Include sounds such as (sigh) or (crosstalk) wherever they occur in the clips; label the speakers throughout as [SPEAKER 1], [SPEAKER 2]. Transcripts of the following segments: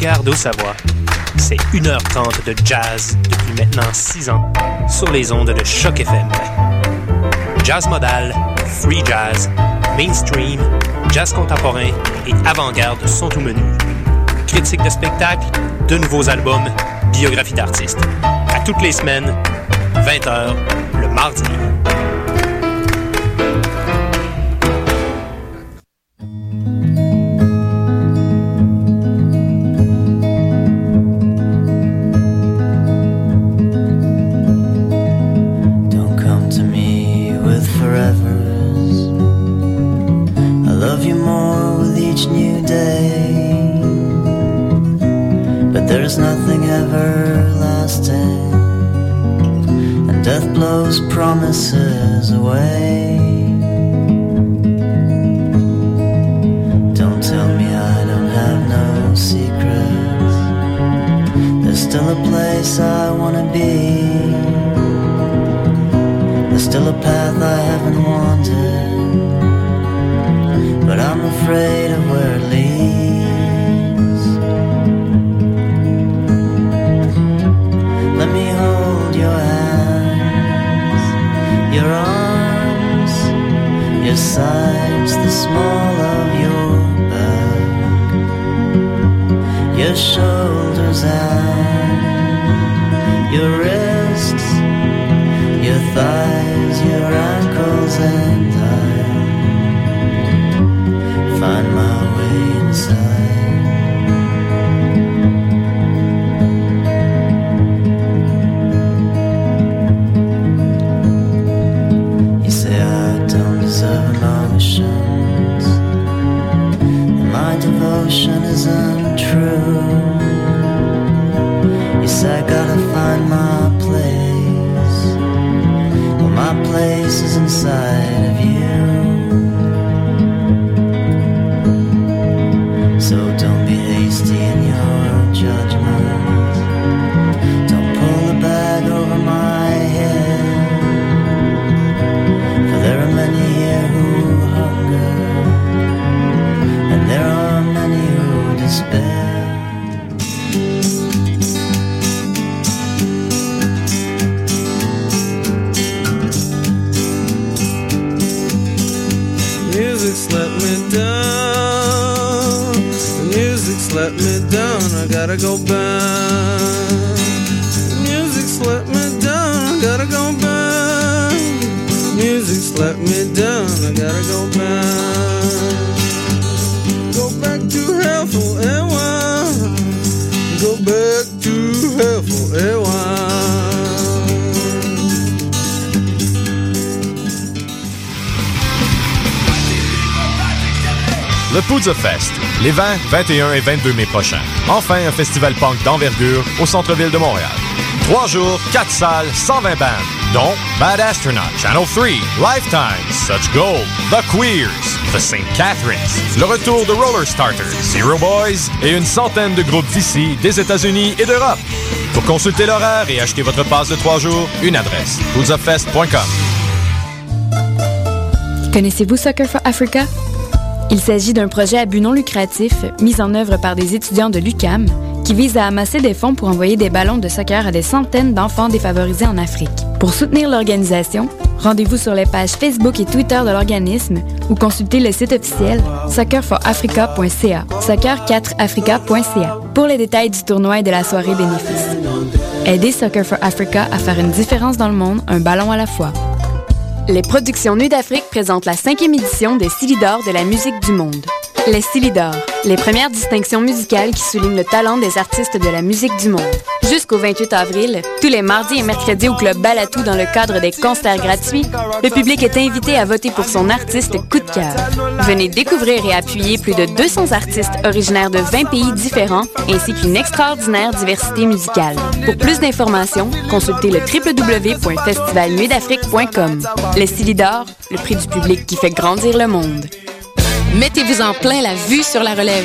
[SPEAKER 1] Garde au Savoie. C'est 1h30 de jazz depuis maintenant 6 ans sur les ondes de Choc FM. Jazz modal, free jazz, mainstream, jazz contemporain et avant-garde sont au menu. Critiques de spectacles, de nouveaux albums, biographies d'artistes. À toutes les semaines, 20h, le mardi.
[SPEAKER 2] Don't come to me with forevers. I love you more with each new day. But there's nothing everlasting, and death blows promises away. Don't tell me I don't have no secrets. There's still a place I wanna be. There's still a path I haven't wandered, but I'm afraid of where it leads. Let me hold your hands, your arms, your sides, the small of your back, your shoulders and your wrists your thighs, your ankles, and I find my way inside. You say I don't deserve emotions, and my devotion is untrue. You say I gotta find my place. Well, my place is inside of you. So don't be hasty in your judgment. Don't pull the bag over my head. For there are many here who hunger, and there are many who despair.
[SPEAKER 3] Music's let me down. The music's let me down. I gotta go back. Music's let me down. I gotta go back. Music's let me down. I gotta go back. Go back to hellful and wine. Go back to hellful and wine.
[SPEAKER 4] Le Poudre Fest, les 20, 21 et 22 mai prochains. Enfin, un festival punk d'envergure au centre-ville de Montréal. Trois jours, quatre salles, 120 bandes, dont Bad Astronaut, Channel 3, Lifetime, Such Gold, The Queers, The St. Catharines, le retour de Roller Starters, Zero Boys et une centaine de groupes d'ici, des États-Unis et d'Europe. Pour consulter l'horaire et acheter votre passe de trois jours, une adresse, poudzafest.com.
[SPEAKER 5] Connaissez-vous Soccer for Africa? Il s'agit d'un projet à but non lucratif mis en œuvre par des étudiants de l'UCAM qui vise à amasser des fonds pour envoyer des ballons de soccer à des centaines d'enfants défavorisés en Afrique. Pour soutenir l'organisation, rendez-vous sur les pages Facebook et Twitter de l'organisme ou consultez le site officiel soccerforafrica.ca, soccer4africa.ca pour les détails du tournoi et de la soirée bénéfice. Aidez Soccer for Africa à faire une différence dans le monde, un ballon à la fois. Les productions Nuit d'Afrique présentent la cinquième édition des Silidor de la musique du monde. Les Silidor, les premières distinctions musicales qui soulignent le talent des artistes de la musique du monde. Jusqu'au 28 avril, tous les mardis et mercredis au Club Balatou dans le cadre des concerts gratuits, le public est invité à voter pour son artiste coup de cœur. Venez découvrir et appuyer plus de 200 artistes originaires de 20 pays différents ainsi qu'une extraordinaire diversité musicale. Pour plus d'informations, consultez le www.festivalnuitdafrique.com. Les Silidor, le prix du public qui fait grandir le monde.
[SPEAKER 6] Mettez-vous en plein la vue sur la relève.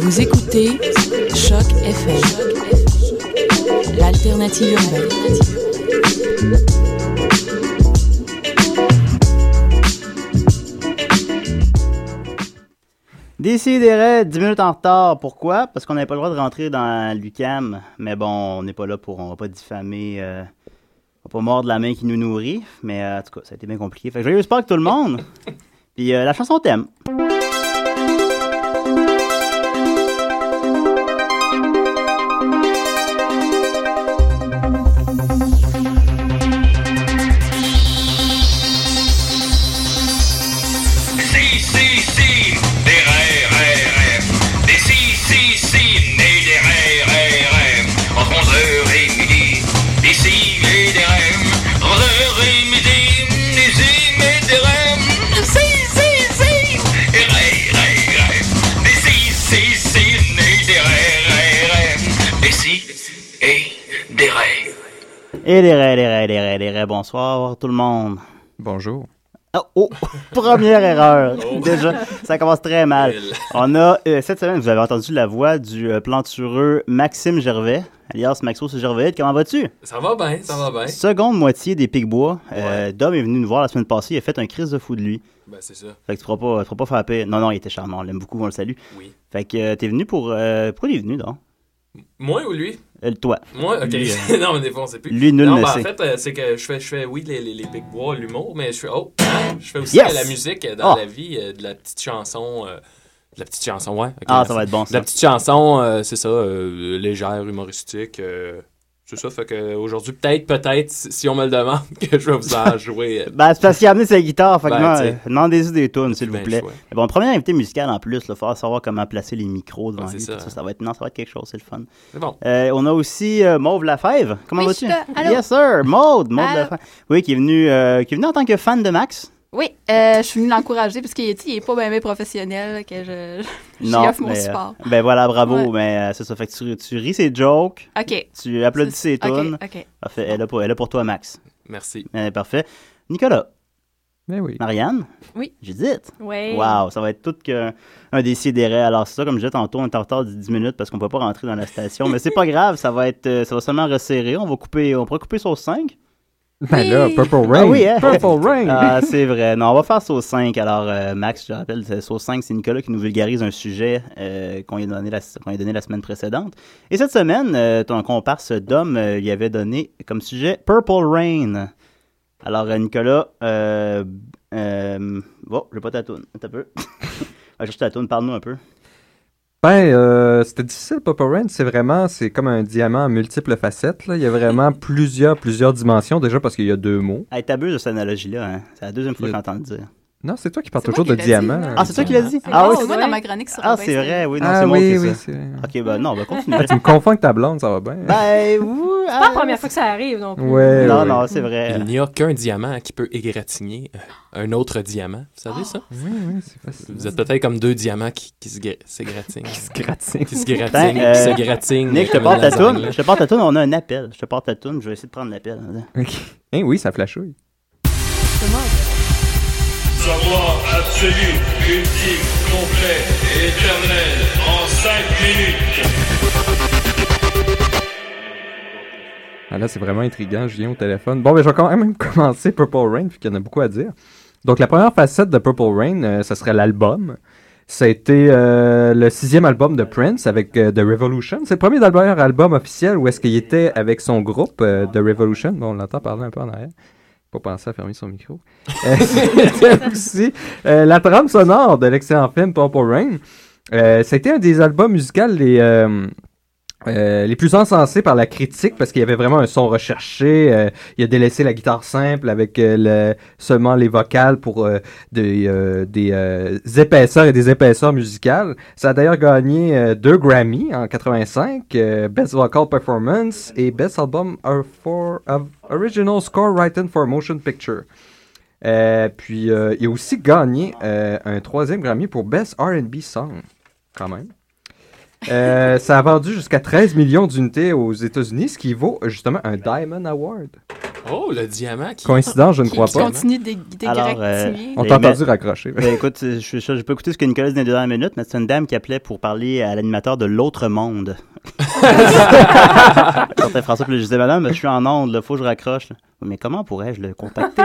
[SPEAKER 7] Vous écoutez Choc FM, l'alternative urbaine.
[SPEAKER 8] Décidérez 10 minutes en retard. Pourquoi? Parce qu'on n'avait pas le droit de rentrer dans l'UCAM. Mais bon, on n'est pas là pour. On va pas diffamer. euh, on va pas mordre la main qui nous nourrit. Mais euh, en tout cas, ça a été bien compliqué. Fait que joyeux sport avec tout le monde. Puis euh, la chanson thème.
[SPEAKER 9] Si, si, si, des RRRF. Des si, si, si, nés des RRRF. Entre 11h et midi, des si et des REM. Entre 11h et midi, des si et des REM. Si, si, si, des RRRF. Des si, si, si, nés des RRRF. Des si et des REM.
[SPEAKER 8] Et les raies, les raies, les raies, les raies. Bonsoir tout le monde. Bonjour. Oh, oh, (laughs) première erreur. Déjà, ça commence très mal. On a, euh, cette semaine, vous avez entendu la voix du euh, plantureux Maxime Gervais, alias Maxos Gervais. Comment vas-tu?
[SPEAKER 10] Ça va bien, ça va bien.
[SPEAKER 8] Seconde moitié des Pigbois. Euh, Dom est venu nous voir la semaine passée. Il a fait un crise de fou de lui.
[SPEAKER 10] Ben, c'est ça.
[SPEAKER 8] Fait que tu pourras pas, tu pourras pas faire la paix. Non, non, il était charmant. On l'aime beaucoup, on le salue.
[SPEAKER 10] Oui.
[SPEAKER 8] Fait que euh, t'es venu pour. euh, pourquoi il est venu, donc?
[SPEAKER 10] Moi ou lui?
[SPEAKER 8] Euh, toi.
[SPEAKER 10] Moi, ok.
[SPEAKER 8] Lui, euh,
[SPEAKER 10] (laughs) non, mais des fois, on sait plus.
[SPEAKER 8] Lui, nul
[SPEAKER 10] non,
[SPEAKER 8] ne
[SPEAKER 10] ben, en
[SPEAKER 8] sait.
[SPEAKER 10] fait, euh, c'est que je fais, je fais, oui, les, les, les big bois, l'humour, mais je fais, oh, je fais aussi
[SPEAKER 8] Yes!
[SPEAKER 10] de la musique euh, dans
[SPEAKER 8] Ah!
[SPEAKER 10] la vie, euh, de la petite chanson. euh, de la petite chanson, ouais. ok,
[SPEAKER 8] Ah, ça
[SPEAKER 10] merci.
[SPEAKER 8] va être bon, ça.
[SPEAKER 10] De la petite chanson, euh, c'est ça, euh, légère, humoristique. euh, c'est ça, fait que euh, aujourd'hui, peut-être, peut-être, si si on me le demande, (laughs) que je vais vous
[SPEAKER 8] (laughs)
[SPEAKER 10] en jouer. euh,
[SPEAKER 8] Ben, c'est parce qu'il a amené sa guitare. Fait que
[SPEAKER 10] Ben,
[SPEAKER 8] non,
[SPEAKER 10] tu sais. Ben,
[SPEAKER 8] euh, demandez-y des tunes, s'il vous
[SPEAKER 10] bien
[SPEAKER 8] plaît.
[SPEAKER 10] chouette.
[SPEAKER 8] Mais Bon, premier invité musical en plus, il faudra savoir comment placer les micros devant
[SPEAKER 10] Ouais, c'est
[SPEAKER 8] lui.
[SPEAKER 10] ça,
[SPEAKER 8] tout Ça.
[SPEAKER 10] hein.
[SPEAKER 8] ça va être, non, ça va être quelque chose, c'est le fun.
[SPEAKER 10] C'est bon.
[SPEAKER 8] Euh, on a aussi euh, Mauve Lafèvre. Comment
[SPEAKER 11] Oui,
[SPEAKER 8] vas-tu?
[SPEAKER 11] je suis là. Allô?
[SPEAKER 8] Yes, sir. Mauve, Mauve
[SPEAKER 11] Allô?
[SPEAKER 8] Lafèvre. Oui, qui est venue euh, qui est venue en tant que fan de Max.
[SPEAKER 11] Oui, euh, je suis venue l'encourager parce qu'il est, il est pas bien professionnel que je, je j'y offre mon
[SPEAKER 8] mais, euh,
[SPEAKER 11] support.
[SPEAKER 8] ben voilà, bravo.
[SPEAKER 11] Ouais.
[SPEAKER 8] Mais euh, c'est ça. Fait que tu, tu ris ses jokes,
[SPEAKER 11] OK.
[SPEAKER 8] tu applaudis ses
[SPEAKER 11] C'est- ok,
[SPEAKER 8] tunes.
[SPEAKER 11] ok.
[SPEAKER 8] Parfait. Elle est là pour, elle est là pour toi, Max.
[SPEAKER 10] Merci.
[SPEAKER 8] Euh, parfait. Nicolas.
[SPEAKER 12] Ben oui.
[SPEAKER 8] Marianne.
[SPEAKER 11] Oui.
[SPEAKER 8] Judith.
[SPEAKER 11] Oui.
[SPEAKER 8] Wow, ça va être tout qu'un un décidéré. Alors, c'est ça, comme je disais tantôt, on est en retard de 10 minutes parce qu'on ne peut pas rentrer dans la station. Mais c'est pas
[SPEAKER 11] (laughs)
[SPEAKER 8] grave, ça va être, euh, ça va seulement resserrer. On va couper, on pourra couper sauce 5.
[SPEAKER 12] Ben là, Purple Rain.
[SPEAKER 8] Ah oui, hein?
[SPEAKER 12] Purple Rain.
[SPEAKER 8] (laughs) Ah, c'est vrai. Non, on va faire sauce 5. Alors, euh, Max, je te rappelle, c'est sauce 5, c'est Nicolas qui nous vulgarise un sujet euh, qu'on lui a donné la, qu'on lui a donné la semaine précédente. Et cette semaine, euh, ton comparse Dom euh, lui avait donné comme sujet Purple Rain. Alors, euh, Nicolas, euh, euh, bon, je vais pas ta toune. Attends un peu. (laughs) Ah, Je cherche ta toune, parle-nous un peu.
[SPEAKER 12] Ben, euh, c'était difficile, Purple Rain. C'est vraiment, c'est comme un diamant à multiples facettes. Là. Il y a vraiment plusieurs, plusieurs dimensions. Déjà parce qu'il y a deux mots.
[SPEAKER 8] Hey, t'abuses de cette analogie-là, hein? C'est la deuxième fois que j'entends le dire.
[SPEAKER 12] Non, c'est toi qui parles
[SPEAKER 11] C'est moi
[SPEAKER 12] toujours de
[SPEAKER 11] qui l'ai dit,
[SPEAKER 12] diamant.
[SPEAKER 11] là.
[SPEAKER 8] Ah, c'est toi qui l'as dit?
[SPEAKER 11] C'est
[SPEAKER 8] Ah
[SPEAKER 13] Oh,
[SPEAKER 8] oui,
[SPEAKER 11] bon, c'est
[SPEAKER 8] c'est
[SPEAKER 11] oh, moi
[SPEAKER 8] vrai.
[SPEAKER 11] dans ma chronique sur
[SPEAKER 8] Ah,
[SPEAKER 11] Robin
[SPEAKER 8] c'est
[SPEAKER 11] Stein.
[SPEAKER 8] vrai, oui, non,
[SPEAKER 12] Ah
[SPEAKER 8] c'est moi
[SPEAKER 12] oui,
[SPEAKER 8] qui ai
[SPEAKER 12] oui,
[SPEAKER 8] ça.
[SPEAKER 12] c'est vrai.
[SPEAKER 8] Ok, ben non, on va continuer.
[SPEAKER 12] (laughs) Tu me confonds avec ta blonde, ça va bien.
[SPEAKER 8] Ben, vous,
[SPEAKER 14] C'est pas la première fois que ça arrive non plus.
[SPEAKER 12] Ouais,
[SPEAKER 8] Non,
[SPEAKER 12] ouais.
[SPEAKER 8] non, c'est vrai.
[SPEAKER 10] Il n'y a qu'un diamant qui peut égratigner euh, un autre diamant. Vous savez ça?
[SPEAKER 8] Ah,
[SPEAKER 12] Oui, oui, c'est facile.
[SPEAKER 10] Vous êtes peut-être comme deux diamants qui, qui se gra- s'égratignent.
[SPEAKER 12] Qui se gratinent.
[SPEAKER 10] (laughs) qui se gratinent,
[SPEAKER 8] Attends, euh,
[SPEAKER 10] qui se gratinent.
[SPEAKER 8] Nick, je te
[SPEAKER 10] comme
[SPEAKER 8] porte
[SPEAKER 10] une
[SPEAKER 8] ta
[SPEAKER 10] lasagne,
[SPEAKER 8] toune.
[SPEAKER 10] là.
[SPEAKER 8] Je te porte ta toune, on a un appel. Je te porte ta toune, je vais essayer de prendre l'appel.
[SPEAKER 12] (laughs) Ok. Eh oui, ça flashouille.
[SPEAKER 9] Savoir absolu, ultime, complet, éternel, en 5 minutes.
[SPEAKER 12] Ah, là, c'est vraiment intriguant, Julien, au téléphone. Bon, ben, je vais quand même (laughs) commencer Purple Rain, puis qu'il y en a beaucoup à dire. Donc, la première facette de Purple Rain, euh, ce serait l'album. Ça a été euh, le sixième album de Prince avec euh, The Revolution. C'est le premier d'ailleurs album officiel où est-ce qu'il était avec son groupe euh, The Revolution. Bon, on l'entend parler un peu en arrière. Pas pensé à fermer son micro. Euh, (laughs) C'était aussi euh, la trame sonore de l'excellent film Purple Rain. Euh, C'était un des albums musicaux les, euh, Euh, les plus encensés par la critique parce qu'il y avait vraiment un son recherché. euh, il a délaissé la guitare simple avec euh, le- seulement les vocales pour euh, des, euh, des, euh, épaisseurs et des épaisseurs musicales. Ça a d'ailleurs gagné euh, deux Grammy en 85, euh, Best Vocal Performance et Best Album or- for, of Original Score Written for Motion Picture. Euh, puis euh, il a aussi gagné euh, un troisième Grammy pour Best R&B Song, quand même.
[SPEAKER 8] (laughs)
[SPEAKER 12] Euh, ça a vendu jusqu'à 13 millions d'unités aux États-Unis, ce qui vaut euh, justement un Diamond Award.
[SPEAKER 10] Oh, le diamant qui.
[SPEAKER 12] Coïncidence, je ne
[SPEAKER 10] qui-
[SPEAKER 12] crois
[SPEAKER 10] qui
[SPEAKER 12] pas.
[SPEAKER 10] continue
[SPEAKER 11] de
[SPEAKER 10] Alors,
[SPEAKER 8] hein? euh,
[SPEAKER 12] On t'a
[SPEAKER 8] mais-
[SPEAKER 12] entendu raccrocher.
[SPEAKER 8] Ben, écoute, je suis sûr, j'ai pas écouté ce que Nicolas disait dans la minute, mais c'est une dame qui appelait pour parler à l'animateur de l'autre monde.
[SPEAKER 14] (laughs)
[SPEAKER 8] Sortait François, puis je disais, madame, je suis en onde, là, faut que je raccroche. là. Oui, Mais comment pourrais-je
[SPEAKER 12] (laughs)
[SPEAKER 8] le contacter?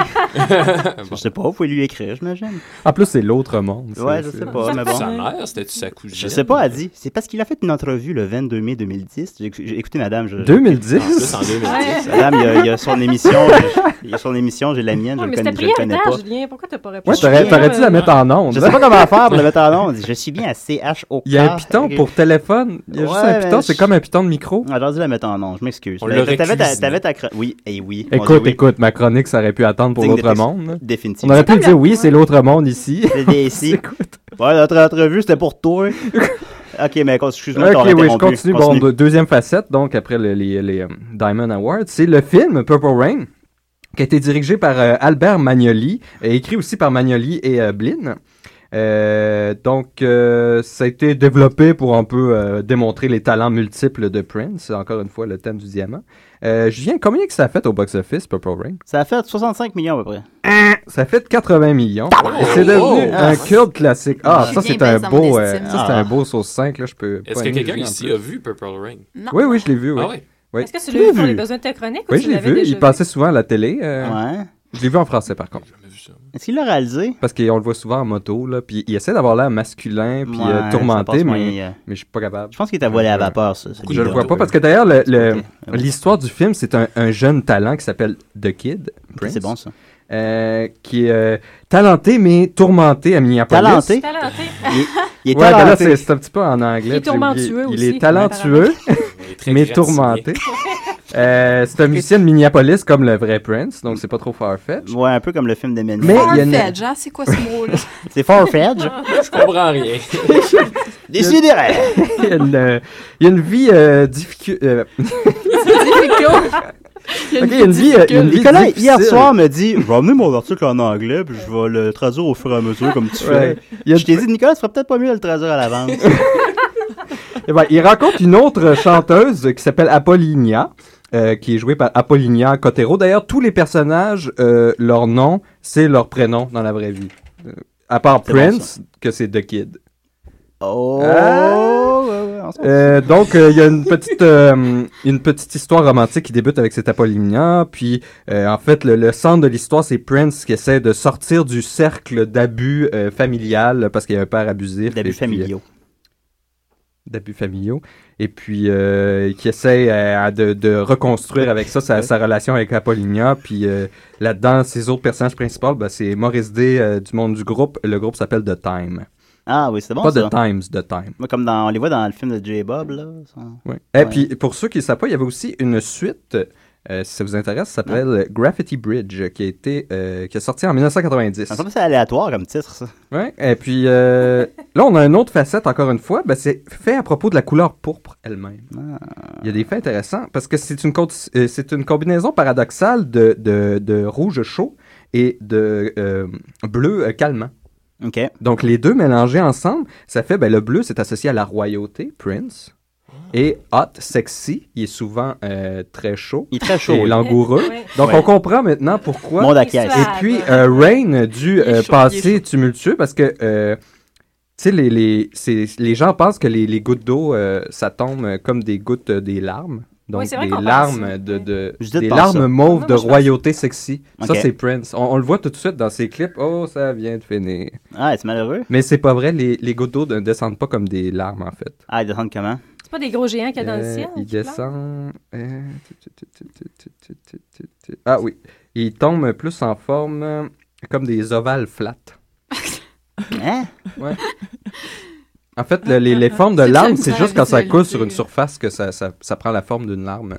[SPEAKER 8] je sais pas, vous pouvez lui écrire, j'imagine.
[SPEAKER 12] En plus, c'est l'autre monde.
[SPEAKER 8] Ouais,
[SPEAKER 12] c'est-
[SPEAKER 8] je sais
[SPEAKER 12] c'est-
[SPEAKER 8] pas, mais bon.
[SPEAKER 10] Sa mère, c'était-tu sa cousine?
[SPEAKER 8] Je sais pas, elle dit. C'est parce qu'il a fait une entrevue le 22 mai 2010. J'ai j'ai écouté madame. Je...
[SPEAKER 12] 2010? En plus, en
[SPEAKER 14] 2010.
[SPEAKER 8] madame, il y a- il y, a son émission. Il y a son émission, j'ai la mienne,
[SPEAKER 14] Ouais,
[SPEAKER 8] je
[SPEAKER 14] mais
[SPEAKER 8] le
[SPEAKER 14] c'était
[SPEAKER 8] connais, je le connais
[SPEAKER 14] prioritaire,
[SPEAKER 8] pas.
[SPEAKER 14] Julien. Pourquoi t'as pas répondu?
[SPEAKER 12] Ouais, t'aurais, t'aurais dû la mettre en onde.
[SPEAKER 8] Je sais pas Ah, comment faire pour le mettre en onde. Je suis bien à CHO.
[SPEAKER 12] Il y a un piton pour téléphone. Il y a juste un piton, c'est comme un piton de micro.
[SPEAKER 8] Ah, J'aurais dû la mettre en onde, je m'excuse.
[SPEAKER 12] On
[SPEAKER 8] Mais
[SPEAKER 12] l'aurait
[SPEAKER 8] T'avais ta,
[SPEAKER 12] cuisiné.
[SPEAKER 8] t'avais ta cro- Oui, et oui. mon Dieu,
[SPEAKER 12] Écoute,
[SPEAKER 8] oui.
[SPEAKER 12] écoute, ma chronique, ça aurait pu attendre pour
[SPEAKER 8] Digne
[SPEAKER 12] l'autre
[SPEAKER 8] d'être
[SPEAKER 12] monde.
[SPEAKER 8] définitif.
[SPEAKER 12] On aurait pu
[SPEAKER 8] C'est
[SPEAKER 12] dire oui, c'est l'autre monde ici.
[SPEAKER 8] C'est
[SPEAKER 12] (laughs)
[SPEAKER 8] bien ici. Ouais, notre entrevue, c'était pour toi. ok, mais excuse-moi, t'aurais
[SPEAKER 12] Ok, oui, je
[SPEAKER 8] interrompu.
[SPEAKER 12] continue. Bon, de- deuxième facette, donc, après le- les, les, euh, Diamond Awards, c'est le film Purple Rain, qui a été dirigé par euh, Albert Magnoli, et écrit aussi par Magnoli et euh, Blin. Euh, donc, euh, ça a été développé pour un peu euh, démontrer les talents multiples de Prince. Encore une fois, le thème du diamant. Euh, Julien, combien que ça a fait au box-office, Purple Rain?
[SPEAKER 8] Ça a fait 65 millions à peu près.
[SPEAKER 12] Ça fait 80 millions. Et c'est devenu
[SPEAKER 8] Oh!
[SPEAKER 12] un culte classique. Ah,
[SPEAKER 8] Julien
[SPEAKER 12] ça, c'est
[SPEAKER 8] baisse
[SPEAKER 12] un
[SPEAKER 8] dans
[SPEAKER 12] beau,
[SPEAKER 8] mon
[SPEAKER 12] euh,
[SPEAKER 8] estime. Ah.
[SPEAKER 12] ça, c'est un beau sauce 5, là. Je peux
[SPEAKER 10] Est-ce
[SPEAKER 12] pas
[SPEAKER 10] que
[SPEAKER 12] aimer
[SPEAKER 10] quelqu'un
[SPEAKER 12] Julien en
[SPEAKER 10] ici
[SPEAKER 12] plus.
[SPEAKER 10] a vu Purple Rain?
[SPEAKER 11] Non.
[SPEAKER 12] Oui, oui, je l'ai vu. Oui.
[SPEAKER 10] Ah ouais?
[SPEAKER 12] Oui.
[SPEAKER 14] Est-ce que
[SPEAKER 12] Je
[SPEAKER 14] tu l'as
[SPEAKER 12] l'ai
[SPEAKER 14] vu pour
[SPEAKER 12] vu.
[SPEAKER 14] les besoins de ta chronique ou
[SPEAKER 12] Oui,
[SPEAKER 14] tu
[SPEAKER 12] je l'ai
[SPEAKER 14] l'avais
[SPEAKER 12] vu.
[SPEAKER 14] déjà
[SPEAKER 12] Il
[SPEAKER 14] vu?
[SPEAKER 12] passait souvent à la télé. euh,
[SPEAKER 8] Ouais.
[SPEAKER 12] Je l'ai vu en français, par contre.
[SPEAKER 8] Est-ce qu'il l'a réalisé?
[SPEAKER 12] Parce qu'on le voit souvent en moto, là. Puis il essaie d'avoir l'air masculin, puis
[SPEAKER 8] Ouais,
[SPEAKER 12] euh,
[SPEAKER 8] ça
[SPEAKER 12] tourmenté,
[SPEAKER 8] passe
[SPEAKER 12] mais,
[SPEAKER 8] moyen, euh.
[SPEAKER 12] mais je suis pas capable.
[SPEAKER 8] Je pense qu'il est à voilé à vapeur, ça.
[SPEAKER 12] Je le vois pas parce que d'ailleurs, le- le-
[SPEAKER 8] euh,
[SPEAKER 12] l'histoire du film, c'est un, un jeune talent qui s'appelle The Kid. Prince,
[SPEAKER 8] c'est bon, ça.
[SPEAKER 12] euh, qui est euh, talenté mais tourmenté à Minneapolis.
[SPEAKER 8] Talenté?
[SPEAKER 14] Talenté.
[SPEAKER 8] Il, il est
[SPEAKER 12] Ouais, ben là,
[SPEAKER 8] talenté.
[SPEAKER 12] c'est c'est un petit peu en anglais.
[SPEAKER 14] Il est
[SPEAKER 12] j'ai oublié.
[SPEAKER 14] tourmentueux
[SPEAKER 12] Il
[SPEAKER 14] aussi.
[SPEAKER 12] est talentueux,
[SPEAKER 10] très
[SPEAKER 12] mais
[SPEAKER 10] gracieux.
[SPEAKER 14] (laughs)
[SPEAKER 12] tourmenté. Euh, c'est un musicien de Minneapolis comme le vrai Prince, donc c'est pas trop farfetch.
[SPEAKER 8] Ouais, un peu comme le film de Ménage.
[SPEAKER 12] Mais il y a une-
[SPEAKER 11] Farfetch, hein? C'est quoi ce mot-là?
[SPEAKER 8] Ah, C'est farfetch. (laughs)
[SPEAKER 10] Je comprends rien.
[SPEAKER 8] Décidérez.
[SPEAKER 12] (laughs) il, y a une, euh, il y a une vie euh, difficile. euh,
[SPEAKER 11] Il y
[SPEAKER 12] (laughs)
[SPEAKER 11] a
[SPEAKER 12] Ok, il y a une vie, euh, il y a une vie
[SPEAKER 8] Nicolas, hier
[SPEAKER 12] difficile.
[SPEAKER 8] soir, me dit Je vais emmener mon article en anglais, puis je vais le traduire au fur et à mesure, comme tu
[SPEAKER 12] Ouais.
[SPEAKER 8] fais. Je t'ai dit, Nicolas, ce serait peut-être pas mieux de le traduire à (laughs) l'avance.
[SPEAKER 12] Eh ben, il rencontre une autre chanteuse qui s'appelle Apollinia, euh, qui est jouée par Apollinia Cotero. D'ailleurs, tous les personnages, euh, leur nom, c'est leur prénom dans la vraie vie. Euh, à part
[SPEAKER 8] C'est bon,
[SPEAKER 12] Prince, que c'est The Kid.
[SPEAKER 8] Oh,
[SPEAKER 12] Ah.
[SPEAKER 8] ouais, ouais, on s'en
[SPEAKER 12] Euh, donc, euh, il y a une petite, euh, une petite histoire romantique qui débute avec cet Apollinia. Puis, euh, en fait, le, le centre de l'histoire, c'est Prince qui essaie de sortir du cercle d'abus euh, familial parce qu'il y a un père abusif.
[SPEAKER 8] D'abus
[SPEAKER 12] et puis, euh,
[SPEAKER 8] familiaux.
[SPEAKER 12] d'abus familiaux. Et puis, euh, qui essaie euh, de, de reconstruire avec ça sa, sa relation avec Apollinia. Puis euh, là-dedans, ses autres personnages principaux, ben, c'est Maurice D euh, du monde du groupe. Le groupe s'appelle The Time.
[SPEAKER 8] Ah oui, c'est bon
[SPEAKER 12] Pas
[SPEAKER 8] ça.
[SPEAKER 12] The Times, The Time.
[SPEAKER 8] Moi, comme dans, on les voit dans le film de J. Bob, là. ça.
[SPEAKER 12] Ouais. Et puis, pour ceux qui ne savent pas, il y avait aussi une suite, euh, si ça vous intéresse, ça s'appelle Graffiti Bridge, qui a, été, euh, qui est sorti en 1990.
[SPEAKER 8] Ça me semble que c'est aléatoire comme titre, ça.
[SPEAKER 12] Ouais, et puis euh, là, on a une autre facette, encore une fois. Ben, c'est fait à propos de la couleur pourpre elle-même. Il y a des faits intéressants parce que c'est une, co- euh, c'est une combinaison paradoxale de, de, de rouge chaud et de euh, bleu euh, calmant.
[SPEAKER 8] OK.
[SPEAKER 12] Donc, les deux mélangés ensemble, ça fait ben, le bleu, c'est associé à la royauté, Prince. Et hot, sexy, il est souvent euh, très chaud.
[SPEAKER 8] Il est très chaud,
[SPEAKER 12] Et
[SPEAKER 8] oui.
[SPEAKER 12] langoureux.
[SPEAKER 8] Ouais.
[SPEAKER 12] Donc,
[SPEAKER 8] Ouais.
[SPEAKER 12] on comprend maintenant pourquoi.
[SPEAKER 8] Monde acquiesce.
[SPEAKER 12] Et puis, euh, Rain du
[SPEAKER 8] est
[SPEAKER 12] euh,
[SPEAKER 8] chaud, il
[SPEAKER 12] passé tumultueux parce que. euh, tu sais, les, les, c'est- les gens pensent que les, les gouttes d'eau, euh, ça tombe euh, comme des gouttes euh, des larmes. Donc,
[SPEAKER 14] Oui, c'est vrai
[SPEAKER 12] des
[SPEAKER 14] qu'on pense ça.
[SPEAKER 12] larmes, de, de-
[SPEAKER 8] Judith
[SPEAKER 12] des
[SPEAKER 8] pense
[SPEAKER 12] larmes
[SPEAKER 8] ça.
[SPEAKER 12] mauves de
[SPEAKER 14] Non, moi, je pense-
[SPEAKER 12] royauté sexy.
[SPEAKER 8] Ok.
[SPEAKER 12] Ça, c'est Prince. On, on le voit tout de suite dans ses clips. Oh, ça vient de finir.
[SPEAKER 8] Ah, c'est malheureux.
[SPEAKER 12] Mais c'est pas vrai, les, les gouttes d'eau ne descendent pas comme des larmes, en fait.
[SPEAKER 8] Ah, ils descendent comment
[SPEAKER 14] C'est pas des gros géants qu'il y a dans le
[SPEAKER 12] Euh,
[SPEAKER 14] ciel?
[SPEAKER 12] ils
[SPEAKER 14] qui pleurent?
[SPEAKER 12] descendent. euh, tu, tu, tu, tu, tu, tu, tu, tu, tu. Ah oui. Ils tombent plus en forme euh, comme des ovales flattes.
[SPEAKER 8] Hein
[SPEAKER 12] Ouais. En fait, le- les, les formes de
[SPEAKER 8] Ah, C'est
[SPEAKER 12] larmes,
[SPEAKER 8] une
[SPEAKER 12] c'est juste quand ça
[SPEAKER 8] visualité.
[SPEAKER 12] coule sur une surface que ça, ça, ça prend la forme d'une larme.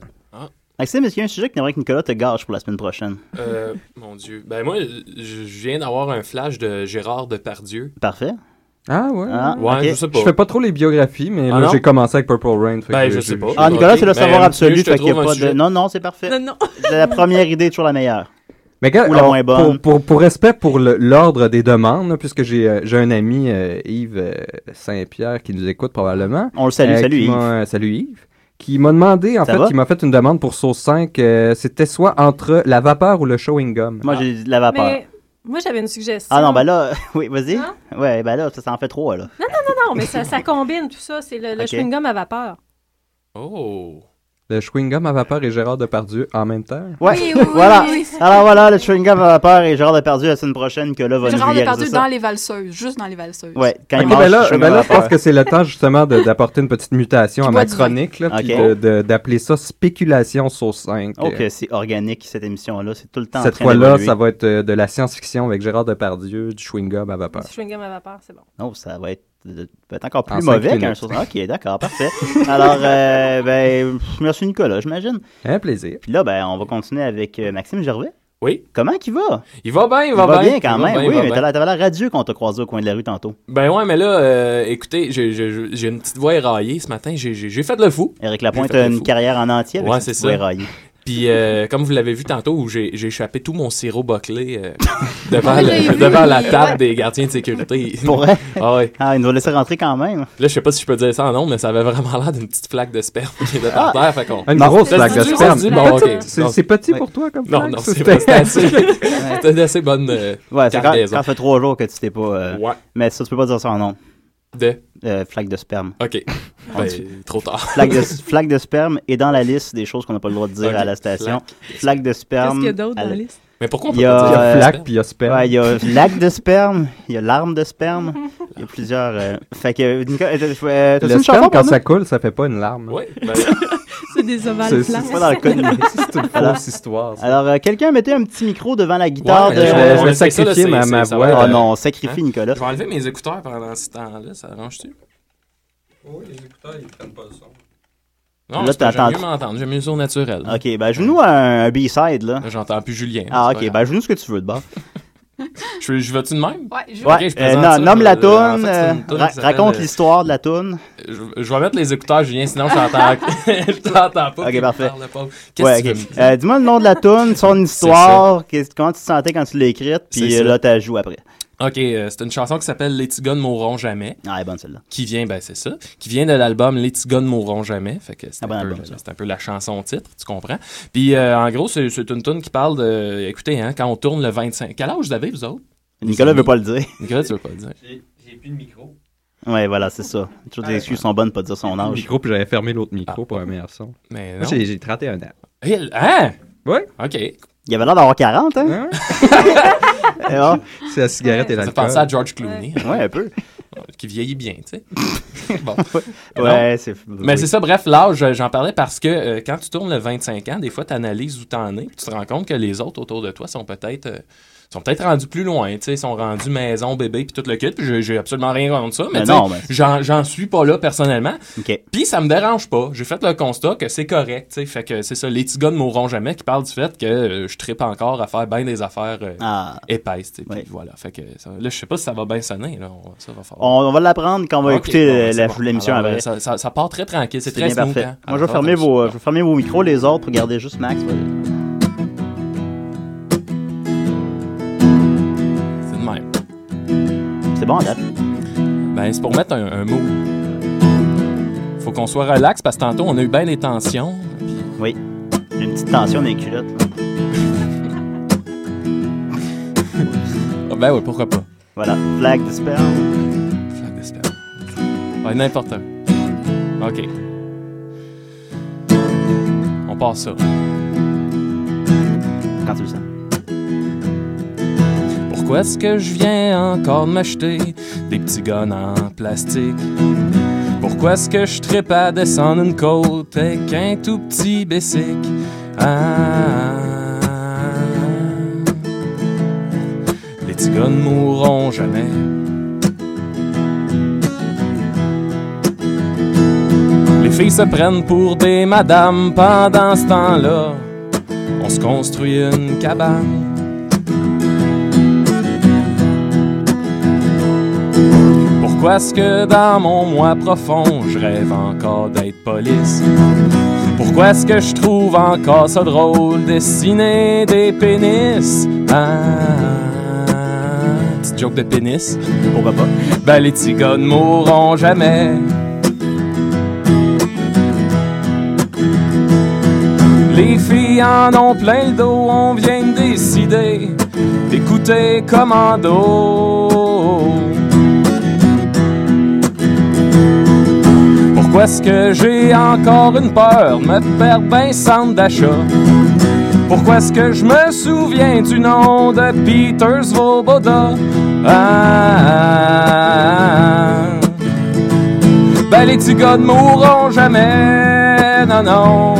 [SPEAKER 8] Maxime, est-ce qu'il y a un sujet que t'aimerais que Nicolas te gâche pour la semaine prochaine?
[SPEAKER 15] Euh, mon Dieu. Ben moi, je viens d'avoir un flash de Gérard Depardieu.
[SPEAKER 8] Parfait.
[SPEAKER 12] Ah ouais?
[SPEAKER 15] Ah, ouais, ok. je sais pas.
[SPEAKER 12] fais pas trop les biographies, mais
[SPEAKER 15] Ah
[SPEAKER 12] là,
[SPEAKER 15] non?
[SPEAKER 12] j'ai commencé avec Purple Rain. fait
[SPEAKER 15] Ben,
[SPEAKER 12] que
[SPEAKER 15] je sais pas.
[SPEAKER 8] Ah, Nicolas, c'est le
[SPEAKER 12] Mais
[SPEAKER 8] savoir
[SPEAKER 12] monsieur,
[SPEAKER 8] absolu,
[SPEAKER 12] Ben, je te
[SPEAKER 8] fait qu'il n'y a
[SPEAKER 12] trouve
[SPEAKER 8] pas
[SPEAKER 12] un
[SPEAKER 8] de...
[SPEAKER 12] sujet.
[SPEAKER 8] Non, non, c'est parfait. la première idée est toujours la meilleure.
[SPEAKER 12] Mais quand-
[SPEAKER 8] Ou la
[SPEAKER 12] alors,
[SPEAKER 8] moins bonne.
[SPEAKER 12] Pour, pour, pour respect pour le- l'ordre des demandes, là, puisque j'ai euh, j'ai un ami, euh, Yves euh, Saint-Pierre, qui nous écoute probablement.
[SPEAKER 8] On le salue, salut
[SPEAKER 12] qui
[SPEAKER 8] Yves.
[SPEAKER 12] m'a- euh, salut Yves. Qui m'a demandé, en
[SPEAKER 8] Ça
[SPEAKER 12] fait,
[SPEAKER 8] va?
[SPEAKER 12] qui m'a fait une demande pour Sauce 5. euh, C'était soit entre la vapeur ou le showing gum.
[SPEAKER 8] Moi, j'ai dit de la vapeur.
[SPEAKER 14] Mais moi, j'avais une suggestion.
[SPEAKER 8] Ah non, ben là, (laughs) oui, vas-y.
[SPEAKER 14] Hein?
[SPEAKER 8] Ouais, ben là, ça, ça en fait trois, là.
[SPEAKER 14] Non, non, non, non, mais ça, ça combine tout ça. C'est le, le
[SPEAKER 8] Ok.
[SPEAKER 14] chewing-gum à vapeur.
[SPEAKER 15] Oh!
[SPEAKER 12] Le chewing gum à vapeur et Gérard Depardieu en même temps.
[SPEAKER 8] Ouais,
[SPEAKER 14] Oui, oui, oui,
[SPEAKER 8] voilà.
[SPEAKER 14] oui.
[SPEAKER 8] Alors voilà, le chewing gum à vapeur et Gérard Depardieu la semaine prochaine que là va nous
[SPEAKER 11] Gérard
[SPEAKER 8] vulgariser
[SPEAKER 11] Depardieu
[SPEAKER 8] ça.
[SPEAKER 11] dans les valseuses, juste dans les valseuses.
[SPEAKER 8] Ouais, quand il
[SPEAKER 12] Ok,
[SPEAKER 8] mange
[SPEAKER 12] ben là,
[SPEAKER 8] du Ah, chewing
[SPEAKER 12] ben
[SPEAKER 8] gum
[SPEAKER 12] là,
[SPEAKER 8] à
[SPEAKER 12] je pense
[SPEAKER 8] vapeur.
[SPEAKER 12] que c'est le temps justement de- d'apporter une petite mutation à
[SPEAKER 8] bois
[SPEAKER 12] ma
[SPEAKER 8] du vin.
[SPEAKER 12] chronique, là, puis
[SPEAKER 8] Ok.
[SPEAKER 12] de- de- d'appeler ça spéculation sauce 5.
[SPEAKER 8] Oh, que c'est organique, cette émission-là. C'est tout le temps en
[SPEAKER 12] Cette
[SPEAKER 8] train
[SPEAKER 12] fois-là,
[SPEAKER 8] d'évoluer.
[SPEAKER 12] ça va être euh, de la science-fiction avec Gérard Depardieu, du chewing-gum à vapeur.
[SPEAKER 14] Du chewing-gum à vapeur, c'est bon.
[SPEAKER 8] Non, ça va être, euh, peut-être encore plus
[SPEAKER 12] En cinq
[SPEAKER 8] mauvais qu'un
[SPEAKER 12] minutes.
[SPEAKER 8] sauce. Ok, d'accord, parfait. Alors, euh, ben, merci Nicolas, j'imagine.
[SPEAKER 12] Un plaisir.
[SPEAKER 8] Puis là, ben, on va continuer avec euh, Maxime Gervais.
[SPEAKER 15] Oui.
[SPEAKER 8] Comment qu'il va?
[SPEAKER 15] Il va bien, il va
[SPEAKER 8] bien.
[SPEAKER 15] bien.
[SPEAKER 8] quand
[SPEAKER 15] Il va
[SPEAKER 8] même.
[SPEAKER 15] bien, il
[SPEAKER 8] oui,
[SPEAKER 15] va
[SPEAKER 8] mais
[SPEAKER 15] bien.
[SPEAKER 8] t'as l'air- t'avais l'air radieux quand on t'a croisé au coin de la rue tantôt.
[SPEAKER 15] Ben ouais, mais là, euh, écoutez, j'ai- j'ai j'ai une petite voix éraillée ce matin. J'ai- J'ai j'ai fait le fou.
[SPEAKER 8] Eric Lapointe
[SPEAKER 15] J'ai fait
[SPEAKER 8] a
[SPEAKER 15] le
[SPEAKER 8] une
[SPEAKER 15] fou.
[SPEAKER 8] carrière en entier avec
[SPEAKER 15] Ouais,
[SPEAKER 8] cette
[SPEAKER 15] c'est
[SPEAKER 8] voix
[SPEAKER 15] ça.
[SPEAKER 8] éraillée.
[SPEAKER 15] Puis, euh, comme vous l'avez vu tantôt, où j'ai j'ai échappé tout mon sirop boclé euh, devant, le-
[SPEAKER 8] J'ai vu.
[SPEAKER 15] devant la
[SPEAKER 8] Ouais.
[SPEAKER 15] table des gardiens de sécurité.
[SPEAKER 8] Pour
[SPEAKER 15] (laughs)
[SPEAKER 8] vrai?
[SPEAKER 15] Ah ouais.
[SPEAKER 8] Ah, il nous a laissé rentrer quand même.
[SPEAKER 15] Là, je sais pas si je peux dire ça en nom, mais ça avait vraiment l'air d'une petite flaque de sperme qui était
[SPEAKER 8] Ah.
[SPEAKER 15] par terre. Fait qu'on...
[SPEAKER 12] Une
[SPEAKER 15] Non,
[SPEAKER 12] grosse
[SPEAKER 15] ça se
[SPEAKER 12] flaque
[SPEAKER 15] dit-
[SPEAKER 12] de
[SPEAKER 15] ça se
[SPEAKER 12] sperme.
[SPEAKER 15] dit, bon,
[SPEAKER 12] Petit.
[SPEAKER 15] ok.
[SPEAKER 12] C'est-
[SPEAKER 15] Non.
[SPEAKER 12] c'est petit pour toi, comme
[SPEAKER 15] Non,
[SPEAKER 12] flaque,
[SPEAKER 15] non,
[SPEAKER 12] ça,
[SPEAKER 15] c'est pas-
[SPEAKER 12] c'était-
[SPEAKER 15] c'est assez.
[SPEAKER 12] (laughs)
[SPEAKER 8] (laughs)
[SPEAKER 15] C'était une assez bonne euh,
[SPEAKER 8] Ouais, c'est quand,
[SPEAKER 15] cargaison.
[SPEAKER 8] quand ça fait trois jours que tu t'es pas. euh,
[SPEAKER 15] Ouais.
[SPEAKER 8] Mais ça, tu peux pas dire son nom.
[SPEAKER 15] De?
[SPEAKER 8] Euh, flaque de sperme.
[SPEAKER 15] OK.
[SPEAKER 8] On
[SPEAKER 15] Ben,
[SPEAKER 8] dit-
[SPEAKER 15] trop tard. (laughs)
[SPEAKER 8] Flaque de, flaque de sperme est dans la liste des choses qu'on n'a pas le droit de dire
[SPEAKER 15] Ok,
[SPEAKER 8] à la station.
[SPEAKER 15] flaque.
[SPEAKER 8] Flaque de sperme.
[SPEAKER 14] Qu'est-ce qu'il y a d'autre
[SPEAKER 8] à
[SPEAKER 14] dans la liste?
[SPEAKER 15] Mais pourquoi on
[SPEAKER 8] Il
[SPEAKER 15] peut
[SPEAKER 8] y a,
[SPEAKER 15] pas dire
[SPEAKER 8] euh,
[SPEAKER 12] flaque puis il y a sperme?
[SPEAKER 8] Ouais, il y a flaque de sperme, il y a larme de sperme, il y a plusieurs. euh, Fait que, Nicolas, euh, t'as- euh, t'as-tu
[SPEAKER 12] Le
[SPEAKER 8] une chanson
[SPEAKER 12] sperme,
[SPEAKER 8] pour
[SPEAKER 12] quand
[SPEAKER 8] nous?
[SPEAKER 12] ça coule, ça fait pas une larme.
[SPEAKER 15] Ouais.
[SPEAKER 14] C'est des
[SPEAKER 12] C'est-
[SPEAKER 14] ovales
[SPEAKER 12] c'est-
[SPEAKER 14] plats.
[SPEAKER 12] c'est
[SPEAKER 8] pas dans le code.
[SPEAKER 12] (laughs) C'est
[SPEAKER 8] (laughs)
[SPEAKER 12] une
[SPEAKER 8] Alors-
[SPEAKER 12] fausse histoire. ça.
[SPEAKER 8] Alors, euh, quelqu'un mettait un petit micro devant la guitare
[SPEAKER 15] Ouais,
[SPEAKER 8] de.
[SPEAKER 15] je vais- je vais
[SPEAKER 8] Euh,
[SPEAKER 15] sacrifier
[SPEAKER 8] ça, là,
[SPEAKER 15] ma-
[SPEAKER 8] c'est-
[SPEAKER 15] ma
[SPEAKER 8] ça
[SPEAKER 15] voix,
[SPEAKER 8] va.
[SPEAKER 15] euh,
[SPEAKER 8] Oh non, on sacrifie
[SPEAKER 15] hein?
[SPEAKER 8] Nicolas.
[SPEAKER 15] Je vais enlever mes écouteurs pendant ce temps-là, ça arrange-tu?
[SPEAKER 12] Oui, les écouteurs, ils prennent pas le son.
[SPEAKER 15] Non,
[SPEAKER 8] Là,
[SPEAKER 15] c'est pas-
[SPEAKER 8] t'entends-
[SPEAKER 15] j'aime mieux m'entendre, j'aime mieux le son naturel.
[SPEAKER 8] Ok, ben, joue-nous un, un B-side, là.
[SPEAKER 15] J'entends plus Julien.
[SPEAKER 8] Ah,
[SPEAKER 15] c'est
[SPEAKER 8] ok,
[SPEAKER 15] pas
[SPEAKER 8] ben, joue-nous ce que tu veux de bord.
[SPEAKER 15] Je, je vais-tu de même?
[SPEAKER 11] Ouais, je-
[SPEAKER 15] Ok,
[SPEAKER 8] Ouais,
[SPEAKER 15] je
[SPEAKER 8] euh,
[SPEAKER 15] présente
[SPEAKER 8] non,
[SPEAKER 15] ça.
[SPEAKER 8] nomme la
[SPEAKER 15] Euh,
[SPEAKER 8] toune,
[SPEAKER 15] en fait, c'est une
[SPEAKER 8] euh,
[SPEAKER 15] toune qui
[SPEAKER 8] ra-
[SPEAKER 15] s'appelle,
[SPEAKER 8] raconte
[SPEAKER 15] euh,
[SPEAKER 8] l'histoire de la toune.
[SPEAKER 15] Je, je vais mettre les écouteurs, Julien, sinon je t'entends (laughs) je t'entends pas.
[SPEAKER 8] Ok, parfait.
[SPEAKER 15] Parle pas. Qu'est-ce
[SPEAKER 8] Ouais,
[SPEAKER 15] que
[SPEAKER 8] ok.
[SPEAKER 15] tu veux me dire?
[SPEAKER 8] Euh, Dis-moi le nom de
[SPEAKER 15] (laughs)
[SPEAKER 8] la toune, son histoire, qu'est-ce- comment tu te sentais quand tu l'as écrite, puis
[SPEAKER 15] C'est
[SPEAKER 8] euh,
[SPEAKER 15] ça.
[SPEAKER 8] là, t'as joué après.
[SPEAKER 15] Ok, euh, c'est une chanson qui s'appelle Les Tigones mourront jamais.
[SPEAKER 8] Ah, elle est bonne celle-là.
[SPEAKER 15] Qui vient, ben c'est ça, qui vient de l'album Les Tigones mourront jamais. Fait que c'est
[SPEAKER 8] Ah, bon
[SPEAKER 15] un, peu
[SPEAKER 8] album,
[SPEAKER 15] la- c'est un peu la chanson titre, tu comprends. Puis euh, en gros, c'est c'est une tune qui parle de. Écoutez, hein, quand on tourne le 25. Quel âge vous avez, vous autres
[SPEAKER 8] Nicolas veut pas le dire. (laughs)
[SPEAKER 15] Nicolas, tu veux pas le dire.
[SPEAKER 16] J'ai plus de micro.
[SPEAKER 8] Ouais, voilà, c'est ça. Toutes les excuses sont bonnes pour
[SPEAKER 15] (laughs)
[SPEAKER 8] dire son
[SPEAKER 12] Le
[SPEAKER 8] âge.
[SPEAKER 12] micro, puis j'avais fermé l'autre micro pour un meilleur son.
[SPEAKER 15] Mais
[SPEAKER 12] Moi,
[SPEAKER 15] non.
[SPEAKER 12] j'ai j'ai 31 ans.
[SPEAKER 15] Il- Hein
[SPEAKER 12] Ouais.
[SPEAKER 15] Ok.
[SPEAKER 8] Il avait l'air d'avoir 40, hein? Et alors?
[SPEAKER 12] C'est la cigarette et
[SPEAKER 15] Ça fait
[SPEAKER 12] l'alcool.
[SPEAKER 15] penser à George Clooney.
[SPEAKER 8] Ouais, un peu.
[SPEAKER 15] Qui vieillit bien, tu
[SPEAKER 12] (laughs)
[SPEAKER 15] sais. bon.
[SPEAKER 8] Ouais,
[SPEAKER 15] Non.
[SPEAKER 8] c'est-
[SPEAKER 15] Mais
[SPEAKER 8] oui.
[SPEAKER 15] c'est ça, bref, l'âge, euh, j'en parlais parce que euh, quand tu tournes le 25 ans, des fois, tu analyses où t'en es, puis tu te rends compte que les autres autour de toi sont peut-être. euh, sont peut-être rendus plus loin, tu sais, ils sont rendus maison, bébé, puis tout le kit, puis j'ai- j'ai absolument rien contre ça, mais,
[SPEAKER 8] Mais
[SPEAKER 15] tu sais,
[SPEAKER 8] non, mais-
[SPEAKER 15] j'en j'en suis pas là personnellement.
[SPEAKER 8] OK.
[SPEAKER 15] Puis ça me dérange pas. J'ai fait le constat que c'est correct, tu sais, fait que c'est ça, les petits gars ne mourront jamais, qui parle du fait que euh, je trippe encore à faire bien des affaires euh,
[SPEAKER 8] Ah.
[SPEAKER 15] épaisses, tu sais, puis voilà. Fait que ça- là, je sais pas si ça va bien sonner, là, on- ça va falloir.
[SPEAKER 8] On, on va l'apprendre quand on va
[SPEAKER 15] Ok,
[SPEAKER 8] écouter
[SPEAKER 15] bon, ben,
[SPEAKER 8] euh,
[SPEAKER 15] c'est
[SPEAKER 8] la-
[SPEAKER 15] bon.
[SPEAKER 8] l'émission
[SPEAKER 15] Alors,
[SPEAKER 8] après.
[SPEAKER 15] euh, Ça, ça- ça part très tranquille, c'est
[SPEAKER 8] C'est
[SPEAKER 15] très
[SPEAKER 8] bien
[SPEAKER 15] smooth.
[SPEAKER 8] parfait.
[SPEAKER 15] hein.
[SPEAKER 8] Moi, je
[SPEAKER 15] Alors,
[SPEAKER 8] vais fermer vos, je vais fermer vos micros, les autres, pour garder juste Max. voilà. euh,
[SPEAKER 15] C'est de même.
[SPEAKER 8] C'est bon, en date.
[SPEAKER 15] Ben, c'est pour mettre un, un mot. Faut qu'on soit relax parce que tantôt, on a eu bien des tensions.
[SPEAKER 8] Oui. J'ai une petite tension dans les culottes.
[SPEAKER 15] Ah ben oui, pourquoi pas.
[SPEAKER 8] Voilà. Flag de sperme.
[SPEAKER 15] Flaque de sperme. Ouais, n'importe où. OK. On part ça.
[SPEAKER 8] Quand tu le sens.
[SPEAKER 15] Pourquoi est-ce que je viens encore de m'acheter des petits guns en plastique? Pourquoi est-ce que je trippe à descendre une côte avec un tout petit bessic? Ah, les petits gars ne mourront jamais. filles se prennent pour des madames pendant ce temps-là. On se construit une cabane. Pourquoi est-ce que dans mon moi profond, je rêve encore d'être police? Pourquoi est-ce que je trouve encore ça drôle, dessiner des pénis? Ah, petite joke de pénis. Pourquoi pas? Ben les tigas ne mourront jamais. Les filles en ont plein le dos, on vient de décider d'écouter Commando. Pourquoi est-ce que j'ai encore une peur de me perdre d'un centre d'achat? Pourquoi est-ce que je me souviens du nom de Peter Svoboda? Ah, ah, ah. Ben les petits gars ne mourront jamais, non, non.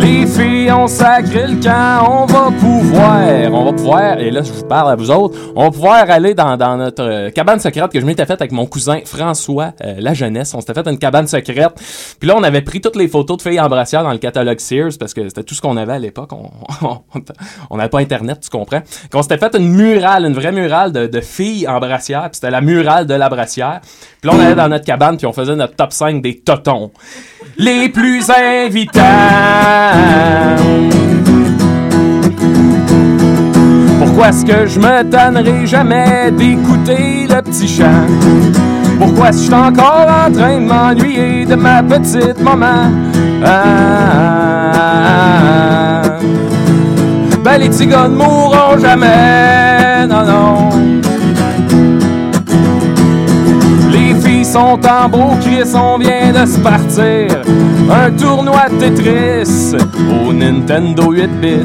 [SPEAKER 15] Les filles ont sacré le camp, on va pouvoir, on va pouvoir, et là je vous parle à vous autres, on va pouvoir aller dans, dans notre euh, cabane secrète que je m'étais faite avec mon cousin François, euh, la jeunesse. On s'était fait une cabane secrète. Puis là, on avait pris toutes les photos de filles en brassière dans le catalogue Sears parce que c'était tout ce qu'on avait à l'époque. On (laughs) on n'avait pas Internet, tu comprends. Qu'on s'était fait une murale, une vraie murale de, de filles en brassière. Puis c'était la murale de la brassière. Puis là, on allait dans notre cabane, puis on faisait notre top 5 des totons. Les plus invitants. Pourquoi est-ce que je me tannerai jamais d'écouter le petit chant? Pourquoi est-ce que je suis encore en train de m'ennuyer de ma petite maman? Ah, ah, ah. Ben les petits gars ne mourront jamais, non, non. Les filles sont en beau Chris, on vient de se partir. Un tournoi de Tetris au Nintendo 8-bit.